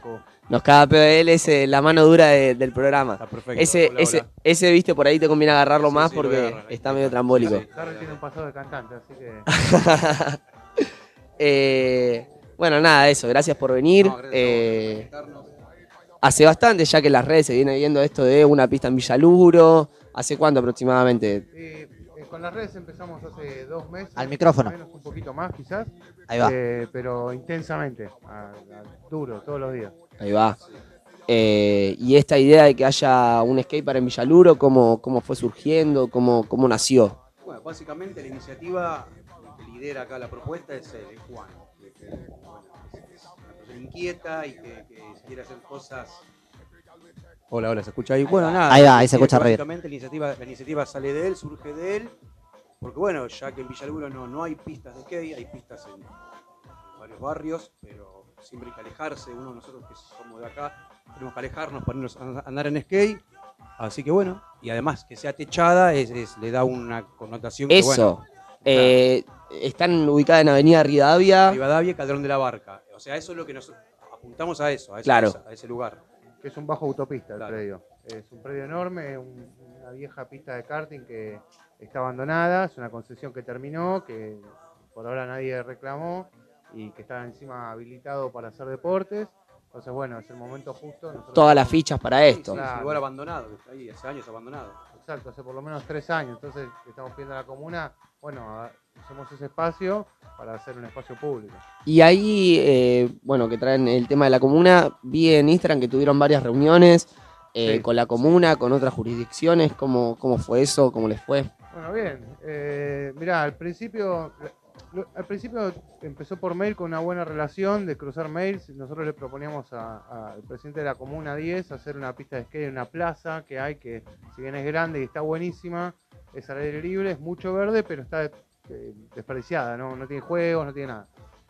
Speaker 8: Nos cada pedo de él es eh, la mano dura de- del programa.
Speaker 1: Está perfecto.
Speaker 8: Ese,
Speaker 1: Hola,
Speaker 8: ese,
Speaker 1: hola.
Speaker 8: ese, viste, por ahí te conviene agarrarlo
Speaker 1: Sí,
Speaker 8: más
Speaker 1: sí, lo voy a
Speaker 8: porque
Speaker 1: agarrar.
Speaker 8: está medio trambólico.
Speaker 1: Sí.
Speaker 6: Carlos tiene un pasado de cantante, así que.
Speaker 8: Eh, bueno, nada, eso. Gracias por venir. Eh, hace bastante, ya que en las redes se viene viendo esto de una pista en Villaluro. ¿Hace cuánto aproximadamente?
Speaker 6: Eh, eh, con las redes empezamos hace dos meses.
Speaker 9: Al micrófono.
Speaker 6: Menos un poquito más, quizás.
Speaker 9: Ahí va.
Speaker 6: eh, pero intensamente, a- a- duro, todos los días.
Speaker 8: Ahí va. Eh, y esta idea de que haya un skatepark en Villaluro, ¿cómo, cómo fue surgiendo? ¿Cómo, cómo nació?
Speaker 1: Bueno, básicamente la iniciativa que lidera acá la propuesta es eh, de Juan, de que, bueno, es una persona inquieta y que, que quiere hacer cosas. Hola, hola, ¿se escucha ahí? Bueno, nada.
Speaker 9: Ahí va, ahí se escucha re bien.
Speaker 1: Básicamente la iniciativa, la iniciativa sale de él, surge de él, porque bueno, ya que en Villaluro no, no hay pistas de skate, hay pistas en, en varios barrios, pero siempre hay que alejarse, uno de nosotros que somos de acá, tenemos que alejarnos para irnos a andar en skate. Así que bueno, y además que sea techada es, es- le da una connotación que bueno,
Speaker 8: Eso. Eh, están ubicadas en Avenida Rivadavia.
Speaker 1: Rivadavia y Calderón de la Barca. O sea, eso es lo que nos apuntamos a eso, a ese,
Speaker 8: Claro.
Speaker 1: a ese lugar.
Speaker 6: Que es un bajo autopista el
Speaker 1: Claro.
Speaker 6: predio. Es un predio enorme, es un- una vieja pista de karting que está abandonada, es una concesión que terminó, que por ahora nadie reclamó y que está encima habilitado para hacer deportes. Entonces, bueno, es el momento justo. nosotros-
Speaker 8: Todas las fichas para esto.
Speaker 1: Sí, es
Speaker 6: Claro.
Speaker 1: un lugar abandonado, que está ahí hace años abandonado.
Speaker 6: Exacto, hace por lo menos tres años. Entonces, que estamos pidiendo a la comuna, bueno, a- usemos ese espacio para hacer un espacio público.
Speaker 8: Y ahí, eh, bueno, que traen el tema de la comuna, vi en Instagram que tuvieron varias reuniones eh,
Speaker 6: Sí.
Speaker 8: con la comuna, con otras jurisdicciones, ¿cómo, cómo fue eso? ¿Cómo les fue?
Speaker 6: Bueno, bien. Eh, mirá, al principio, lo- al principio empezó por mail con una buena relación de cruzar mails. Nosotros le proponíamos a- al presidente de la Comuna 10 hacer una pista de skate en una plaza que hay que, si bien es grande y está buenísima, es al aire libre, es mucho verde, pero está eh, desperdiciada, ¿no? no tiene juegos, no tiene nada.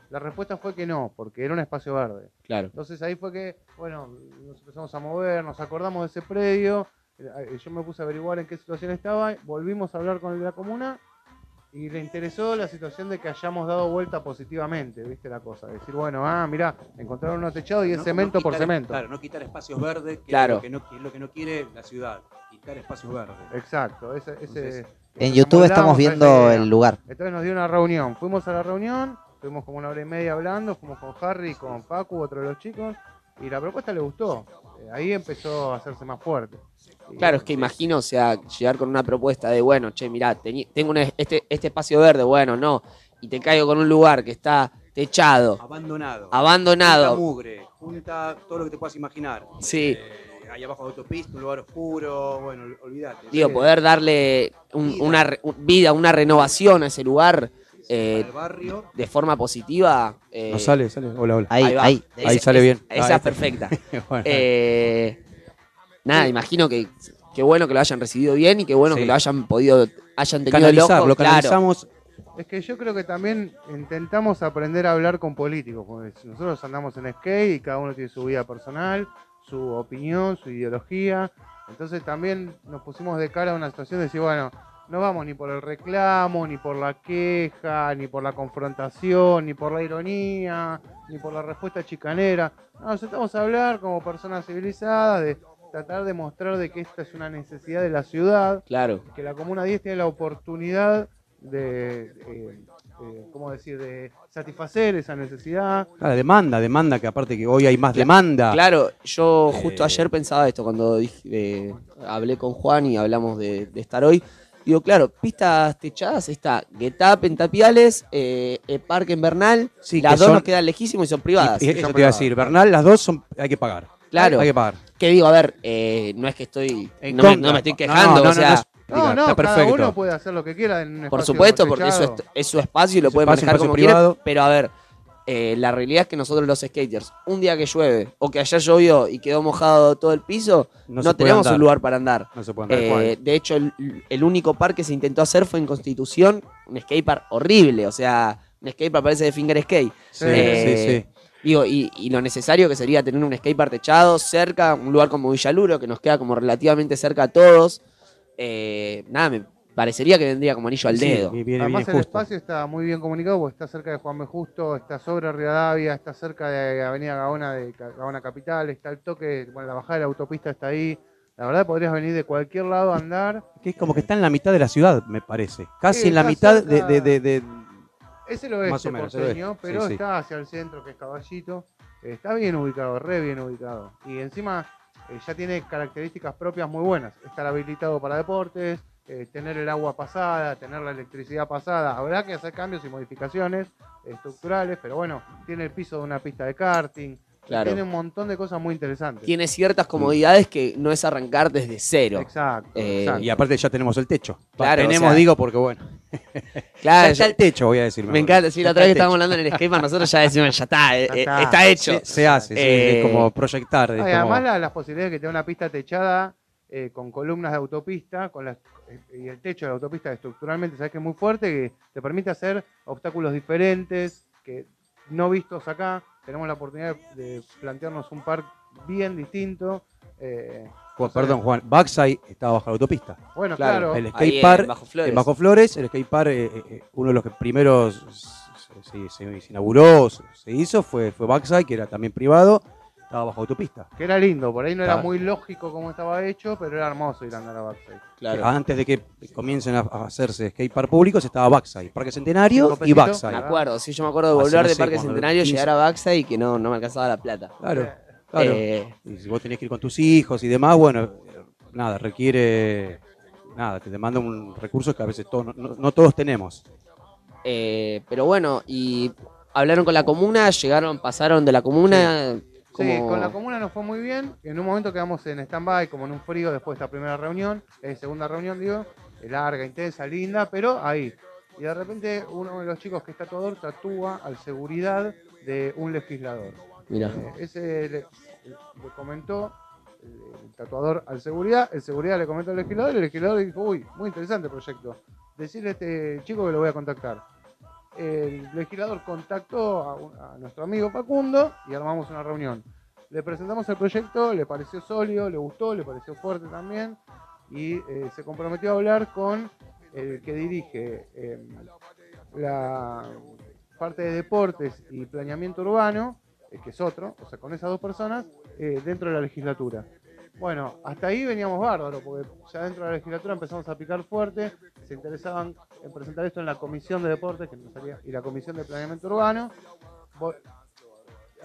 Speaker 6: La respuesta fue que no, porque era un espacio verde.
Speaker 8: Claro.
Speaker 6: Entonces ahí fue que, bueno, nos empezamos a mover, nos acordamos de ese predio, eh, yo me puse a averiguar en qué situación estaba, volvimos a hablar con el de la comuna y le interesó la situación de que hayamos dado vuelta positivamente, ¿viste la cosa? Decir, bueno, ah, mirá, encontraron unos techados y es
Speaker 1: No- no
Speaker 6: cemento por
Speaker 1: quitar-
Speaker 6: cemento.
Speaker 1: Claro, no quitar espacios verdes, que,
Speaker 8: Claro.
Speaker 1: es, lo que no, que es lo que no quiere la ciudad, quitar espacios verdes.
Speaker 6: Exacto, ese... ese
Speaker 1: Entonces,
Speaker 9: En YouTube estamos
Speaker 6: amoldamos a esa
Speaker 9: viendo
Speaker 6: idea.
Speaker 9: el lugar.
Speaker 6: Entonces nos dio una reunión. Fuimos a la reunión, estuvimos como una hora y media hablando, fuimos con Harry, con Pacu, otro de los chicos, y la propuesta le gustó. Eh, Ahí empezó a hacerse más fuerte. Y-
Speaker 8: Claro, es que imagino, o sea, llegar con una propuesta de, bueno, che, mirá, teni- tengo un es- este, este espacio verde, bueno, no, y te caigo con un lugar que está techado,
Speaker 1: Abandonado. Junta
Speaker 8: abandonado,
Speaker 1: mugre, junta todo lo que te puedas imaginar.
Speaker 8: sí.
Speaker 1: Eh, ahí abajo de autopista, un lugar oscuro, bueno, ol- olvídate.
Speaker 8: Digo,
Speaker 1: Sí,
Speaker 8: poder darle un-
Speaker 1: Vida.
Speaker 8: una re- un- vida, una renovación a ese lugar eh,
Speaker 1: para el barrio.
Speaker 8: de forma positiva. eh,
Speaker 1: sale. Hola, hola.
Speaker 9: Ahí,
Speaker 8: va.
Speaker 9: ahí.
Speaker 1: Ahí sale bien.
Speaker 8: Esa
Speaker 1: Ah,
Speaker 8: es
Speaker 1: esta-
Speaker 8: perfecta. Eh, nada, imagino que qué bueno que lo hayan recibido bien y qué bueno
Speaker 1: Sí.
Speaker 8: que lo hayan podido, hayan tenido el
Speaker 1: Canalizar,
Speaker 8: ojo.
Speaker 1: lo
Speaker 8: claro.
Speaker 1: canalizamos
Speaker 6: Es que yo creo que también intentamos aprender a hablar con políticos, porque nosotros andamos en skate y cada uno tiene su vida personal, su opinión, su ideología. Entonces también nos pusimos de cara a una situación de decir, bueno, no vamos ni por el reclamo, ni por la queja, ni por la confrontación, ni por la ironía, ni por la respuesta chicanera. No, nos sentamos a hablar como personas civilizadas, de tratar de mostrar de que esta es una necesidad de la ciudad,
Speaker 8: Claro.
Speaker 6: que la Comuna 10 tiene la oportunidad de, eh, eh, ¿cómo decir?, de satisfacer esa necesidad.
Speaker 1: Ah, la demanda, demanda, que aparte que hoy hay más demanda.
Speaker 8: Claro, yo justo
Speaker 1: Ah. Eh.
Speaker 8: ayer pensaba esto cuando dije, eh, hablé con Juan y hablamos de, de estar hoy. Digo, claro, pistas techadas está Getap en Tapiales, eh, eh, Parque en Bernal.
Speaker 1: Sí,
Speaker 8: las
Speaker 1: que
Speaker 8: dos
Speaker 1: son-
Speaker 8: nos quedan lejísimos y son privadas.
Speaker 1: Y- y
Speaker 8: Son
Speaker 1: eso te iba a
Speaker 8: privadas.
Speaker 1: decir, Bernal, las dos son, hay que pagar.
Speaker 8: Claro.
Speaker 1: Hay que pagar.
Speaker 8: Que digo, a ver, eh, no es que estoy.
Speaker 1: En
Speaker 8: No me,
Speaker 1: contra.
Speaker 8: no me estoy
Speaker 1: No,
Speaker 8: quejando,
Speaker 1: no, no,
Speaker 8: o sea.
Speaker 1: no es-
Speaker 6: No, no,
Speaker 1: está
Speaker 6: cada
Speaker 1: perfecto.
Speaker 6: uno puede hacer lo que quiera en un
Speaker 8: Por
Speaker 6: espacio
Speaker 8: supuesto, porque eso es,
Speaker 6: techado.
Speaker 8: es su espacio y lo
Speaker 1: Su
Speaker 8: puede
Speaker 1: espacio,
Speaker 8: manejar
Speaker 1: espacio
Speaker 8: como
Speaker 1: privado.
Speaker 8: quiera. Pero a ver, eh, la realidad es que nosotros los skaters, un día que llueve o que ayer llovió y quedó mojado todo el piso, no,
Speaker 1: No se puede
Speaker 8: tenemos
Speaker 1: andar.
Speaker 8: un lugar para andar.
Speaker 1: No se pueden
Speaker 8: Eh, de hecho, el, el único parque que se intentó hacer fue en Constitución, un skatepark horrible, o sea, Un skatepark parece de finger skate.
Speaker 11: Sí,
Speaker 8: Eh,
Speaker 11: sí,
Speaker 8: Digo, y, y lo necesario que sería tener un skatepark techado cerca, un lugar como Villaluro, que nos queda como relativamente cerca a todos. Eh, nada, me parecería que vendría como anillo al
Speaker 11: Sí,
Speaker 8: dedo.
Speaker 11: vi- viene-
Speaker 6: Además, el espacio está muy bien comunicado porque está cerca de Juan B. Justo, está sobre Rivadavia, está cerca de Avenida Gaona de Ca- Gaona Capital, está el toque, bueno, la bajada de la autopista está ahí. La verdad, podrías venir de cualquier lado a andar.
Speaker 11: Que es como que está en la mitad de la ciudad, me parece. Casi
Speaker 6: Sí,
Speaker 11: en la
Speaker 6: está
Speaker 11: mitad de,
Speaker 6: cerca-
Speaker 11: de, de- de-
Speaker 6: Es el oeste
Speaker 11: Más o menos, el
Speaker 6: porteño,
Speaker 11: oeste,
Speaker 6: pero
Speaker 11: sí, sí.
Speaker 6: está hacia el centro, que es Caballito. Eh, Está bien ubicado, re bien ubicado. Y encima eh, ya tiene características propias muy buenas. Estar habilitado para deportes, eh, tener el agua pasada, tener la electricidad pasada. Habrá que hacer cambios y modificaciones eh, estructurales, pero bueno, tiene el piso de una pista de karting.
Speaker 8: Claro.
Speaker 6: Tiene un montón de cosas muy interesantes.
Speaker 8: Tiene ciertas comodidades que no es arrancar desde cero.
Speaker 6: Exacto.
Speaker 8: Eh,
Speaker 6: exacto.
Speaker 11: Y aparte ya tenemos el techo. Va,
Speaker 8: Claro, o
Speaker 11: tenemos,
Speaker 8: sea-
Speaker 11: digo, porque bueno.
Speaker 8: Claro,
Speaker 11: ya está
Speaker 8: yo-
Speaker 11: el techo, voy a decir.
Speaker 8: me
Speaker 11: mejor.
Speaker 8: encanta. Sí,
Speaker 11: Ya
Speaker 8: la otra vez que
Speaker 11: está el
Speaker 8: estábamos hablando en el skatepark, nosotros ya decimos, ya está, eh, eh, está, hecho.
Speaker 11: Se, se hace, sí,
Speaker 8: Eh,
Speaker 11: es como proyectar. es
Speaker 6: Ah, y
Speaker 11: como-
Speaker 6: además la- las posibilidades que te da una pista techada eh, con columnas de autopista con las, eh, y el techo de la autopista estructuralmente, sabes que es muy fuerte, que te permite hacer obstáculos diferentes que no vistos acá. Tenemos la oportunidad de plantearnos un par bien distinto. eh,
Speaker 11: Juan- perdón, Juan, Backside estaba bajo la autopista.
Speaker 6: bueno, Ah, claro.
Speaker 11: El
Speaker 8: Ahí en
Speaker 11: skatepark en
Speaker 8: Bajo
Speaker 11: Bajo
Speaker 8: Flores.
Speaker 11: Flores. el skatepark, eh, eh, eh, uno de los que primeros se, se- se- se inauguró, se- se hizo, fue, fue Backside, que era también privado, estaba bajo autopista.
Speaker 6: Que era lindo, por ahí no era
Speaker 11: Claro.
Speaker 6: muy lógico como estaba hecho, pero era hermoso ir a andar a Backside.
Speaker 8: Claro.
Speaker 11: Antes de que comiencen a, a hacerse skatepark públicos, estaba Backside, Parque Centenario
Speaker 6: Cinco
Speaker 11: y
Speaker 6: pesitos.
Speaker 11: Backside.
Speaker 8: Me
Speaker 6: Claro.
Speaker 8: acuerdo, sí, yo me acuerdo de
Speaker 11: Hace,
Speaker 8: volver
Speaker 11: no
Speaker 8: de
Speaker 11: sé,
Speaker 8: Parque
Speaker 11: cuando
Speaker 8: Centenario,
Speaker 11: 15.
Speaker 8: llegar a Baxa y que no, no me alcanzaba la plata.
Speaker 11: Claro, claro.
Speaker 8: Eh,
Speaker 11: Y si vos tenés que ir con tus hijos y demás, bueno, eh, nada, requiere. Nada, te demanda un recurso que a veces to- no, no todos tenemos.
Speaker 8: eh, pero bueno, y hablaron con la comuna, llegaron, pasaron de la comuna. como-
Speaker 6: Sí, con la comuna nos fue muy bien. En un momento quedamos en stand-by, como en un frío, después de esta primera reunión, eh, segunda reunión, digo, eh, larga, intensa, linda, pero ahí. Y de repente uno de los chicos que está todo tatúa al seguridad de un legislador.
Speaker 8: Mirá.
Speaker 6: Eh, ese le, le comentó eh, el tatuador al seguridad, el seguridad le comentó al legislador, el legislador dijo, uy, muy interesante el proyecto. Decirle a este chico que lo voy a contactar. El legislador contactó a, un- a nuestro amigo Facundo y armamos una reunión. Le presentamos el proyecto, le pareció sólido, le gustó, le pareció fuerte también y eh, se comprometió a hablar con el que dirige eh, la parte de deportes y planeamiento urbano, eh, que es otro, o sea, con esas dos personas, eh, dentro de la legislatura. Bueno, hasta ahí veníamos bárbaro, porque ya dentro de la legislatura empezamos a picar fuerte, se interesaban en presentar esto en la comisión de deportes que empezaría- y la comisión de planeamiento urbano. Vo-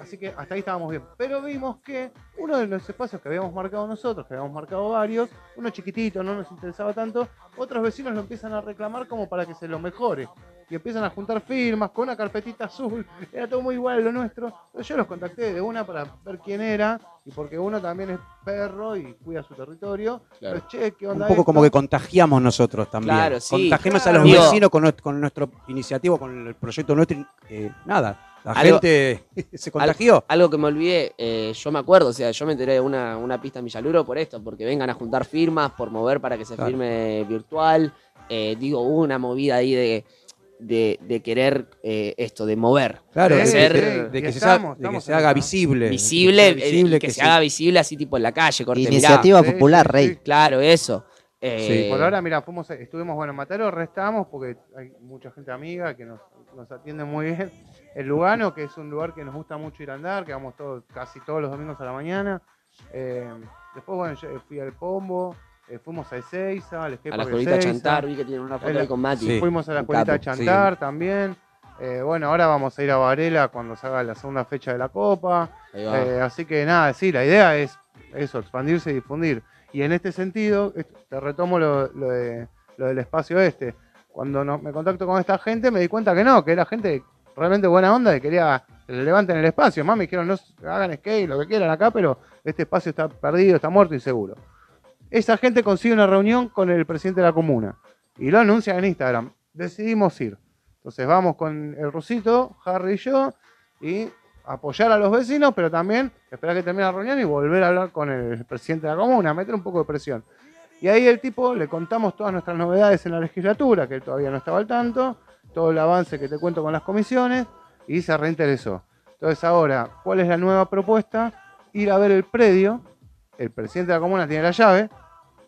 Speaker 6: Así que hasta ahí estábamos bien. Pero vimos que uno de los espacios que habíamos marcado nosotros, que habíamos marcado varios, uno chiquitito, no nos interesaba tanto, otros vecinos lo empiezan a reclamar como para que se lo mejore. Y empiezan a juntar firmas con una carpetita azul. Era todo muy igual a lo nuestro. Entonces yo los contacté de una para ver quién era. Y porque uno también es perro y cuida su territorio.
Speaker 8: Claro.
Speaker 6: Pero, che, ¿qué
Speaker 11: Un
Speaker 6: onda
Speaker 11: poco como
Speaker 6: esto?
Speaker 11: que contagiamos nosotros también.
Speaker 8: Claro, sí.
Speaker 11: Contagiamos a
Speaker 6: Claro.
Speaker 11: los
Speaker 8: Digo-
Speaker 11: vecinos con, nues- con nuestra iniciativa, con el proyecto nuestro. y, eh, nada, la
Speaker 8: Algo-
Speaker 11: gente se contagió.
Speaker 8: Algo que me olvidé, eh, yo me acuerdo, o sea, yo me enteré de una, una pista en Villaluro por esto, porque vengan a juntar firmas, por mover para que se
Speaker 11: Claro.
Speaker 8: firme virtual. Eh, digo, hubo una movida ahí de, de, de querer eh, esto, de mover.
Speaker 11: Claro, de,
Speaker 8: Sí,
Speaker 11: de-
Speaker 8: sí,
Speaker 11: de
Speaker 6: y
Speaker 11: que se,
Speaker 6: estamos,
Speaker 11: haga- de que
Speaker 6: estamos
Speaker 11: se
Speaker 6: en
Speaker 11: haga
Speaker 6: eso.
Speaker 11: visible.
Speaker 8: Visible, eh,
Speaker 11: que sea visible,
Speaker 8: que, se haga visible así tipo en la calle, corte, mirá.
Speaker 9: Iniciativa
Speaker 6: Sí,
Speaker 9: Popular,
Speaker 6: sí,
Speaker 9: Rey.
Speaker 6: sí.
Speaker 8: Claro, eso. Eh,
Speaker 6: Sí, por ahora, mira, fuimos, estuvimos, bueno, en Mataró restamos porque hay mucha gente amiga que nos, nos atiende muy bien. El Lugano, que es un lugar que nos gusta mucho ir a andar, que vamos todos, casi todos los domingos a la mañana. Eh, después, bueno, yo fui al Pombo, eh, fuimos a Ezeiza, al
Speaker 8: a
Speaker 6: skatepark
Speaker 8: la
Speaker 6: de
Speaker 8: escuelita
Speaker 6: Ezeiza.
Speaker 8: Chantar, vi que tienen una foto
Speaker 6: El-
Speaker 8: ahí con Mati.
Speaker 11: Sí.
Speaker 6: Fuimos a la
Speaker 8: Un
Speaker 6: escuelita
Speaker 8: capo,
Speaker 6: Chantar también. Eh, bueno, ahora vamos a ir a Varela cuando se haga la segunda fecha de la Copa.
Speaker 8: Ahí va.
Speaker 6: Eh, así que nada, sí, la idea es eso, expandirse y difundir. Y en este sentido, es- te retomo lo, lo de- lo del espacio este. Cuando no- me contacto con esta gente, me di cuenta que no, que era gente realmente buena onda, que quería que le levanten el espacio. Más me dijeron, no s- hagan skate, lo que quieran acá, pero este espacio está perdido, está muerto y seguro. Esa gente consigue una reunión con el presidente de la comuna y lo anuncian en Instagram. Decidimos ir. Entonces vamos con el rusito, Harry y yo, y apoyar a los vecinos, pero también esperar que termine la reunión y volver a hablar con el presidente de la comuna, meter un poco de presión. Y ahí el tipo le contamos todas nuestras novedades en la legislatura, que él todavía no estaba al tanto, todo el avance que te cuento con las comisiones y se reinteresó. Entonces ahora, ¿cuál es la nueva propuesta? Ir a ver el predio, el presidente de la comuna tiene la llave,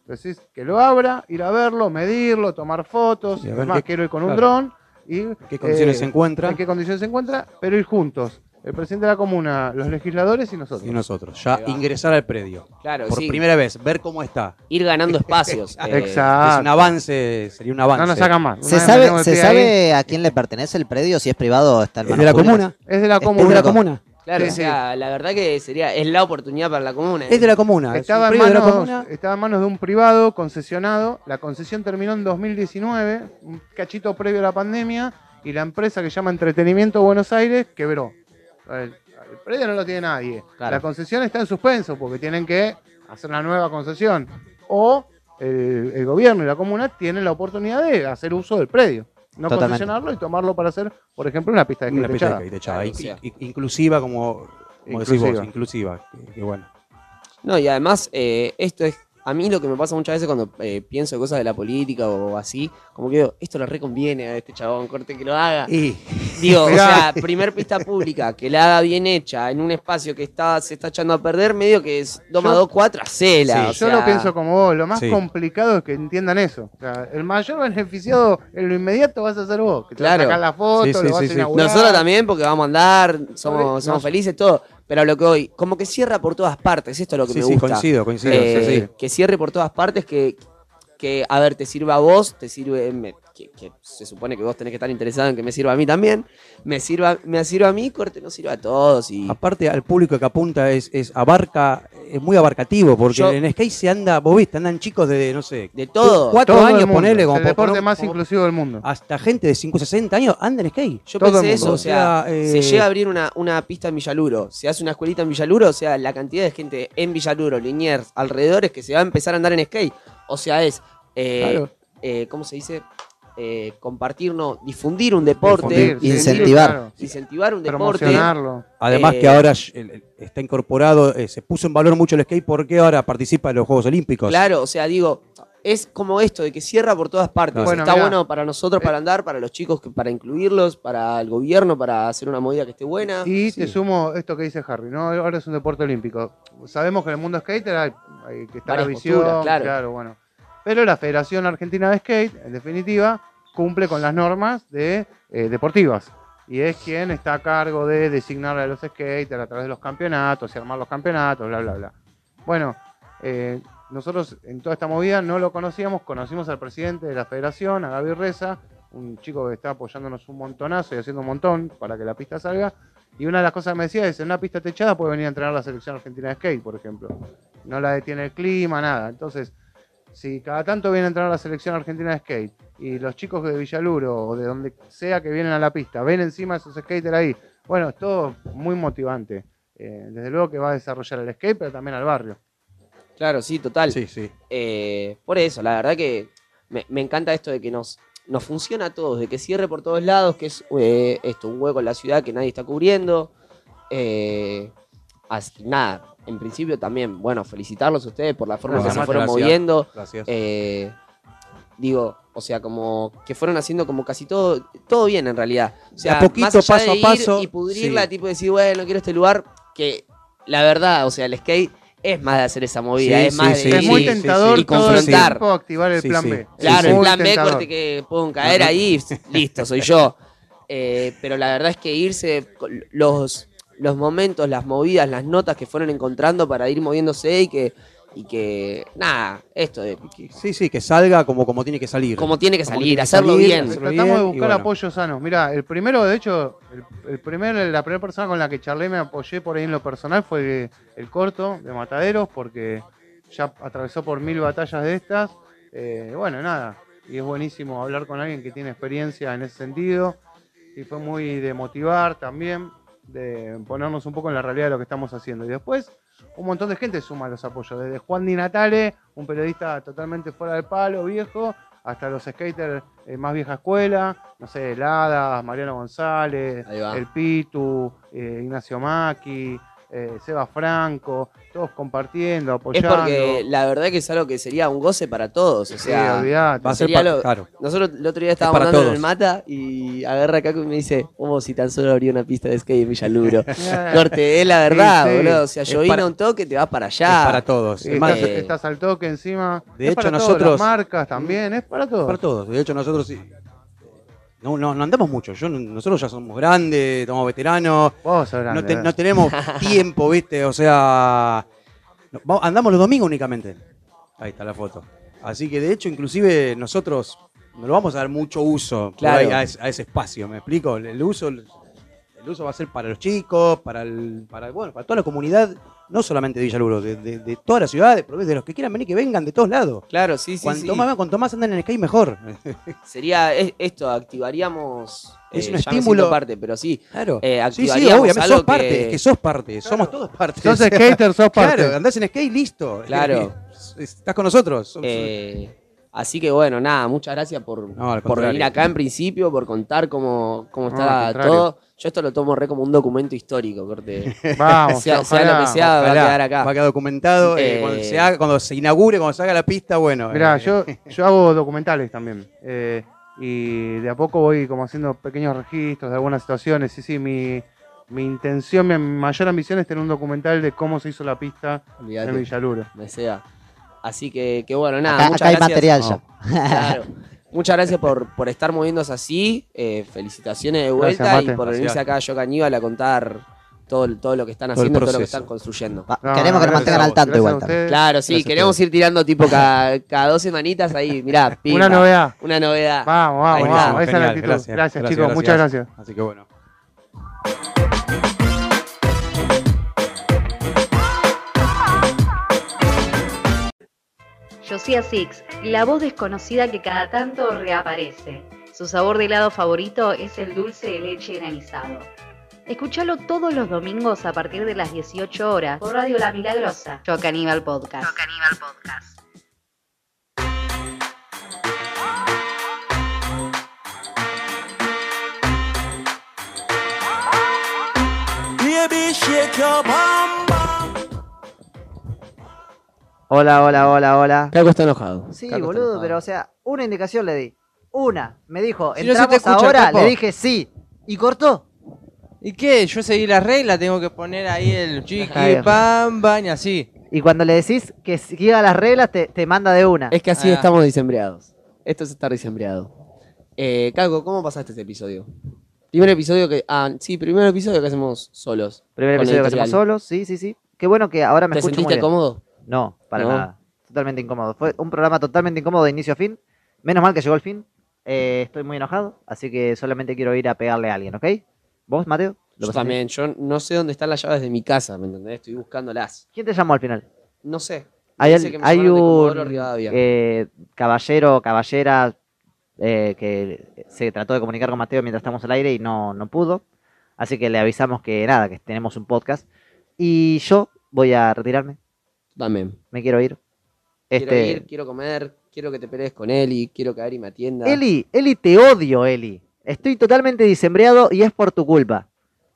Speaker 6: entonces que lo abra, ir a verlo, medirlo, tomar fotos,
Speaker 11: Sí, a ver
Speaker 6: además
Speaker 11: qué-
Speaker 6: quiero ir con un
Speaker 11: claro.
Speaker 6: dron y
Speaker 11: qué
Speaker 6: Eh,
Speaker 11: condiciones se encuentra?
Speaker 6: en qué condiciones se encuentra, pero ir juntos. El presidente de la comuna, los legisladores y nosotros.
Speaker 11: Y nosotros, ya ingresar al predio.
Speaker 8: Claro,
Speaker 11: Por
Speaker 8: sí.
Speaker 11: primera vez, ver cómo está.
Speaker 8: Ir ganando espacios. eh,
Speaker 11: Es un avance, sería un avance.
Speaker 6: Ah, No nos hagan más.
Speaker 12: ¿Se sabe, ¿se sabe a quién le pertenece el predio? Si es privado, está el
Speaker 11: Es de la comuna.
Speaker 6: Es de la
Speaker 11: comuna. de la comuna.
Speaker 8: Claro,
Speaker 6: Sí,
Speaker 8: o sea, la verdad que sería, es la oportunidad para la comuna.
Speaker 11: Es de la comuna.
Speaker 6: Estaba en,
Speaker 11: predio de la
Speaker 6: manos, estaba en manos de un privado concesionado. La concesión terminó en 2019, un cachito previo a la pandemia, y la empresa que se llama Entretenimiento Buenos Aires quebró. El, el predio no lo tiene nadie.
Speaker 12: Claro.
Speaker 6: La concesión está en suspenso porque tienen que hacer una nueva concesión. O el, el gobierno y la comuna tienen la oportunidad de hacer uso del predio. No
Speaker 11: Totalmente.
Speaker 6: concesionarlo y tomarlo para hacer, por ejemplo, una pista de
Speaker 11: Una
Speaker 6: skate
Speaker 11: pista
Speaker 6: techada.
Speaker 11: de techada, in- in- Inclusiva como, como decís vos,
Speaker 6: Inclusiva.
Speaker 11: inclusiva. que- que bueno.
Speaker 8: No, y además, eh, esto es. A mí lo que me pasa muchas veces cuando eh, pienso cosas de la política o así, como que digo, esto le reconviene a este chabón, corte que lo haga.
Speaker 11: Y-
Speaker 8: Digo, o
Speaker 11: Mirá.
Speaker 8: sea, primer pista pública, que la haga bien hecha en un espacio que está, se está echando a perder, medio que es doma
Speaker 6: Yo-
Speaker 8: dos cuatro a cela.
Speaker 6: Sí,
Speaker 8: o
Speaker 6: yo
Speaker 8: sea,
Speaker 6: lo pienso como vos. Lo más
Speaker 8: Sí.
Speaker 6: complicado es que entiendan eso. O sea, el mayor beneficiado en lo inmediato vas a ser vos. Que te vas a sacar la foto, lo vas a inaugurar.
Speaker 8: Nosotros también, porque vamos a andar, somos,
Speaker 6: Nos-
Speaker 8: somos felices, todo. Pero a lo que hoy, como que cierra por todas partes, esto es lo que
Speaker 11: Sí,
Speaker 8: me
Speaker 11: sí,
Speaker 8: gusta. Eh,
Speaker 11: coincido, coincido, sí, sí.
Speaker 8: Que cierre por todas partes, que, que, a ver, te sirva a vos, te sirve, me- que, que se supone que vos tenés que estar interesado en que me sirva a mí también, me sirva, me sirva a mí, corte, no sirva a todos. Y
Speaker 11: Aparte, al público que apunta es, es abarca, es muy abarcativo, porque
Speaker 8: Yo-
Speaker 11: en skate se anda, vos viste, andan chicos de, no sé,
Speaker 8: de todo.
Speaker 11: cuatro
Speaker 6: Todo el
Speaker 11: años,
Speaker 6: mundo.
Speaker 11: ponele
Speaker 6: Es
Speaker 11: como
Speaker 6: el
Speaker 11: por-
Speaker 6: deporte
Speaker 11: por-
Speaker 6: más
Speaker 11: por-
Speaker 6: inclusivo del mundo.
Speaker 11: Hasta gente de 5 60 años anda en skate.
Speaker 8: Yo
Speaker 11: Todo el
Speaker 8: pensé
Speaker 11: mundo.
Speaker 8: eso, o sea,
Speaker 11: eh,
Speaker 8: se llega a abrir una, una pista en Villaluro, se hace una escuelita en Villaluro, o sea, la cantidad de gente en Villaluro, Liniers, alrededores que se va a empezar a andar en skate. O sea, es, eh,
Speaker 11: Claro.
Speaker 8: eh, ¿cómo se dice? Eh, compartir, no, difundir un deporte.
Speaker 6: Difundir, sí,
Speaker 12: Incentivar.
Speaker 6: claro.
Speaker 8: Incentivar un deporte.
Speaker 6: Promocionarlo.
Speaker 11: Además
Speaker 8: Eh,
Speaker 11: que ahora el- el- está incorporado, eh, se puso en valor mucho el skate porque ahora participa en los Juegos Olímpicos.
Speaker 8: Eh, Claro, o sea, digo, es como esto, de que cierra por todas partes.
Speaker 11: Bueno,
Speaker 8: Está
Speaker 6: mirá.
Speaker 8: bueno para nosotros, para andar, para los chicos, que- para incluirlos, para el gobierno, para hacer una movida que esté buena.
Speaker 6: Y te sumo esto que dice Harry, ¿no? Ahora es un deporte olímpico. Sabemos que en el mundo skater hay, hay que estar la
Speaker 8: Varias
Speaker 6: visión,
Speaker 8: posturas, claro.
Speaker 6: bueno. Pero la Federación Argentina de Skate, en definitiva, cumple con las normas de, eh, deportivas. Y es quien está a cargo de designar a los skaters a través de los campeonatos y armar los campeonatos, bla, bla, bla. Bueno, eh, nosotros en toda esta movida no lo conocíamos, conocimos al presidente de la federación, a Gaby Reza, un chico que está apoyándonos un montonazo y haciendo un montón para que la pista salga. Y una de las cosas que me decía es, en una pista techada puede venir a entrenar la selección argentina de skate, por ejemplo. No la detiene el clima, nada. Entonces, si cada tanto viene a entrenar la selección argentina de skate y los chicos de Villaluro o de donde sea que vienen a la pista, ven encima a esos skaters ahí, bueno, es todo muy motivante. Eh, desde luego que va a desarrollar el skate, pero también al barrio.
Speaker 8: Claro, sí, total.
Speaker 11: Sí, sí.
Speaker 8: Eh, por eso, la verdad que me, me encanta esto de que nos, nos funciona a todos, de que cierre por todos lados, que es eh, esto, un hueco en la ciudad que nadie está cubriendo. Eh, así- nada, en principio también, bueno, felicitarlos a ustedes por la forma
Speaker 11: Gracias,
Speaker 8: que se fueron
Speaker 11: gracias.
Speaker 8: moviendo.
Speaker 11: Gracias.
Speaker 8: Eh, digo, o sea, como que fueron haciendo como casi todo, todo bien en realidad. O sea,
Speaker 11: a poquito,
Speaker 8: más allá
Speaker 11: paso
Speaker 8: de
Speaker 11: a
Speaker 8: ir
Speaker 11: paso,
Speaker 8: Y pudrirla,
Speaker 11: sí.
Speaker 8: tipo decir, bueno, quiero este lugar, que la verdad, o sea, el skate es más de hacer esa movida,
Speaker 11: Sí,
Speaker 8: es
Speaker 11: sí,
Speaker 8: más
Speaker 11: sí,
Speaker 8: de
Speaker 11: sí,
Speaker 8: ir
Speaker 6: muy
Speaker 8: y-
Speaker 6: tentador
Speaker 8: y
Speaker 6: todo el
Speaker 8: confrontar.
Speaker 6: tiempo activar el
Speaker 11: Sí,
Speaker 6: plan
Speaker 11: sí.
Speaker 6: B.
Speaker 8: Claro,
Speaker 6: Muy
Speaker 8: el plan B,
Speaker 6: tentador.
Speaker 8: corte que puedan caer ahí, listo, soy yo. Eh, pero la verdad es que irse con los, los momentos, las movidas, las notas que fueron encontrando para ir moviéndose y que, y que nada, esto de
Speaker 11: Sí, sí, que salga como, como tiene que salir.
Speaker 8: como tiene que
Speaker 11: Como
Speaker 8: salir,
Speaker 11: tiene que
Speaker 8: hacerlo
Speaker 11: salir,
Speaker 8: bien.
Speaker 11: hacerlo
Speaker 6: Tratamos
Speaker 11: bien,
Speaker 6: de
Speaker 11: y
Speaker 6: buscar
Speaker 11: bueno.
Speaker 6: apoyos sanos. Mirá, el primero, de hecho, el, el primer, la primera persona con la que charlé, me apoyé por ahí en lo personal, fue el corto de Mataderos, porque ya atravesó por mil batallas de estas. Eh, bueno, nada. Y es buenísimo hablar con alguien que tiene experiencia en ese sentido. Y fue muy de motivar también, de ponernos un poco en la realidad de lo que estamos haciendo. Y después, un montón de gente suma los apoyos. Desde Juan Di Natale, un periodista totalmente fuera del palo, viejo, hasta los skaters eh, más vieja escuela, no sé, Heladas, Mariano González,
Speaker 8: Ahí va.
Speaker 6: El Pitu, eh, Ignacio Maki, eh, Seba Franco, todos compartiendo,
Speaker 8: Es
Speaker 6: apoyando.
Speaker 8: porque la verdad que es algo que sería un goce para todos. O
Speaker 6: Sí,
Speaker 8: sea,
Speaker 6: olvidate. Va a ser
Speaker 8: sería
Speaker 6: para-
Speaker 8: lo-
Speaker 6: claro.
Speaker 8: Nosotros el otro día
Speaker 6: Es
Speaker 8: estábamos
Speaker 6: para
Speaker 8: andando en
Speaker 6: todos.
Speaker 8: el mata y agarra Caco y me dice, como si tan solo habría una pista de skate en Villaluro.
Speaker 6: Eh,
Speaker 8: Corte, es la verdad,
Speaker 6: Sí, sí.
Speaker 8: boludo. O sea,
Speaker 6: Es
Speaker 8: yo
Speaker 6: para-
Speaker 8: un toque, te vas para allá.
Speaker 11: es para todos.
Speaker 6: Sí,
Speaker 11: Es más,
Speaker 6: estás,
Speaker 11: eh,
Speaker 6: estás al toque encima.
Speaker 11: de
Speaker 6: Es
Speaker 11: hecho,
Speaker 6: para todos,
Speaker 11: nosotros-
Speaker 6: las marcas también, es para todos.
Speaker 11: Para todos. De hecho, nosotros sí, no, no, no andamos mucho. Yo, no- nosotros ya somos grandes, somos veteranos.
Speaker 6: Vos sos grande,
Speaker 11: no, te-
Speaker 8: eh.
Speaker 6: ¿verdad?
Speaker 11: no tenemos tiempo, ¿viste? O sea, no, va- andamos los domingos únicamente. Ahí está la foto. Así que, de hecho, inclusive nosotros no le vamos a dar mucho uso por
Speaker 8: Claro.
Speaker 11: ahí a, ese, a ese espacio. ¿Me explico? El, el uso, el, uso va a ser para los chicos, para, el- para, bueno, para toda la comunidad. No solamente de Villaluro, de, de, de toda la ciudad, de, provincia, de los que quieran venir, que vengan de todos lados.
Speaker 8: Claro, sí, sí,
Speaker 11: Cuanto
Speaker 8: sí. Eh,
Speaker 11: más, cuanto más andan en el skate, mejor.
Speaker 8: Sería es- esto, activaríamos.
Speaker 11: Es
Speaker 8: eh,
Speaker 11: un
Speaker 8: ya me
Speaker 11: estímulo.
Speaker 8: siento parte, pero sí.
Speaker 11: Claro.
Speaker 8: eh,
Speaker 11: Sí, sí,
Speaker 8: activaríamos
Speaker 11: obviamente
Speaker 8: algo
Speaker 11: sos parte,
Speaker 8: que-
Speaker 11: es que sos parte, somos todos parte.
Speaker 8: Sos skater, sos parte.
Speaker 11: Claro, andás en skate, listo.
Speaker 8: Claro.
Speaker 11: Estás con nosotros.
Speaker 8: Eh, así que bueno, nada, muchas gracias por,
Speaker 11: al
Speaker 8: por
Speaker 11: contrario.
Speaker 8: venir acá en principio, por contar cómo, cómo
Speaker 11: No,
Speaker 8: está
Speaker 11: al contrario.
Speaker 8: todo. Yo esto lo tomo re como un documento histórico, corte.
Speaker 11: Vamos,
Speaker 8: sea, sea lo que sea, va a quedar acá.
Speaker 11: Va a quedar documentado. eh,
Speaker 8: Eh,
Speaker 11: cuando, se haga- cuando se inaugure, cuando se haga la pista, bueno.
Speaker 6: Mirá,
Speaker 11: eh,
Speaker 6: yo, yo hago documentales también. eh, y de a poco voy como haciendo pequeños registros de algunas situaciones. Sí, sí, mi, mi intención, mi mayor ambición es tener un documental de cómo se hizo la pista
Speaker 8: Olvídate.
Speaker 6: en Villaluro.
Speaker 8: Me sea. Así que, que bueno,
Speaker 9: Ah,
Speaker 8: nada,
Speaker 6: Acá-
Speaker 8: muchas
Speaker 6: acá hay
Speaker 8: gracias.
Speaker 6: material ya.
Speaker 8: Claro. Muchas gracias por, por estar moviéndose así. eh, felicitaciones de
Speaker 9: Gracias,
Speaker 8: vuelta
Speaker 9: Mate.
Speaker 8: y por venirse
Speaker 9: Gracias.
Speaker 8: acá a Yo Caníbal a contar todo, todo lo que están
Speaker 9: Todo el
Speaker 8: haciendo, todo lo que
Speaker 9: proceso.
Speaker 8: están construyendo.
Speaker 9: Va- No, queremos que nos gracias mantengan a vos, al tanto gracias igual a también. ustedes.
Speaker 8: Claro, sí,
Speaker 9: Gracias a
Speaker 8: queremos ir tirando tipo cada, cada dos semanitas ahí, mirá, pim,
Speaker 6: Una
Speaker 8: pam,
Speaker 6: novedad.
Speaker 8: Una novedad.
Speaker 6: Vamos,
Speaker 8: Ahí
Speaker 6: vamos,
Speaker 11: ah,
Speaker 8: está.
Speaker 6: vamos. Esa es la actitud. Gracias, chicos. Muchas gracias.
Speaker 11: Así que bueno.
Speaker 2: Josia Six, la voz desconocida que cada tanto reaparece. Su sabor de helado favorito es el dulce de leche granizado. Escúchalo todos los domingos a partir de las 18 horas por Radio La Milagrosa. Yo Caníbal Podcast. Podcast.
Speaker 3: Baby, shake your bum bum.
Speaker 9: Hola, hola, hola, hola.
Speaker 8: Caco está enojado.
Speaker 9: Sí,
Speaker 8: Caco está
Speaker 9: boludo,
Speaker 8: enojado.
Speaker 9: pero o sea, una indicación le di. Una. Me dijo,
Speaker 1: Si no se
Speaker 9: entramos
Speaker 1: te escucha,
Speaker 9: ahora,
Speaker 1: capo.
Speaker 9: le dije sí. Y cortó.
Speaker 1: ¿Y qué? Yo seguí la regla, tengo que poner ahí el chiqui,
Speaker 9: Ajá, bien.
Speaker 1: pam, baña, así.
Speaker 9: Y cuando le decís que siga las reglas, te, te manda de una.
Speaker 8: Es que así estamos disembreados. Esto es estar disembreado. Eh, Caco, ¿cómo pasaste este episodio? Primer episodio que. Ah, sí, primer episodio que hacemos solos.
Speaker 9: Primer
Speaker 8: Con
Speaker 9: episodio que
Speaker 8: editorial.
Speaker 9: hacemos solos, sí, sí, sí. Qué bueno que ahora me
Speaker 8: ¿Te
Speaker 9: escucho muy
Speaker 8: sentiste
Speaker 9: bien.
Speaker 8: cómodo?
Speaker 9: No, para
Speaker 8: No.
Speaker 9: nada. Totalmente incómodo. Fue un programa totalmente incómodo de inicio a fin. Menos mal que llegó el fin. Eh, estoy muy enojado, así que solamente quiero ir a pegarle a alguien, ¿ok? ¿Vos, Mateo?
Speaker 8: Yo
Speaker 9: ¿Lo pasaste?
Speaker 8: también, yo no sé dónde están las llaves de mi casa, ¿me entendés? Estoy buscándolas.
Speaker 9: ¿Quién te llamó al final?
Speaker 8: No sé.
Speaker 9: Hay,
Speaker 8: Dice
Speaker 9: al-
Speaker 8: que me
Speaker 9: hay
Speaker 8: llamaron de
Speaker 9: un
Speaker 8: Comodoro Rivadavia.
Speaker 9: eh, caballero o caballera eh, que se trató de comunicar con Mateo mientras estamos al aire y no, no pudo. Así que le avisamos que nada, que tenemos un podcast. Y yo voy a retirarme.
Speaker 8: También.
Speaker 9: Me quiero ir.
Speaker 8: Quiero
Speaker 9: Este,
Speaker 8: ir, quiero comer, quiero que te pelees con Eli, quiero que Ari me atienda.
Speaker 9: Eli, Eli, te odio, Eli. Estoy totalmente disembreado y es por tu culpa.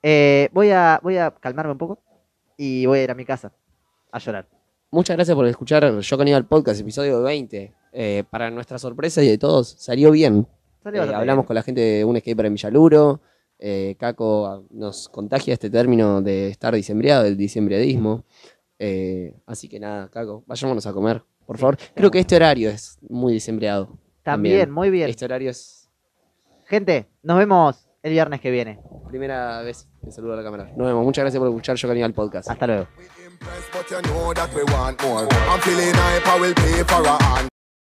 Speaker 9: Eh, voy, a, voy a calmarme un poco y voy a ir a mi casa a llorar.
Speaker 8: Muchas gracias por escuchar Yo Caníbal Podcast, episodio 20. Eh, para nuestra sorpresa y de todos, salió bien.
Speaker 9: Salió
Speaker 8: Eh,
Speaker 9: bastante
Speaker 8: hablamos con la gente de un skater en Villaluro. Eh, Caco ah, nos contagia este término de estar diciembriado, del diciembriadismo. Eh, así que nada, Caco, vayámonos a comer, por favor. Creo que este horario es muy diciembriado.
Speaker 9: También, muy bien.
Speaker 8: Este horario es
Speaker 9: Gente, nos vemos el viernes que viene.
Speaker 8: primera vez que saludo a la cámara. Nos vemos, muchas gracias por escuchar Yo Caníbal Podcast.
Speaker 9: Hasta luego.
Speaker 13: But you know that we want more. I'm feeling hype, I will pay for a hand.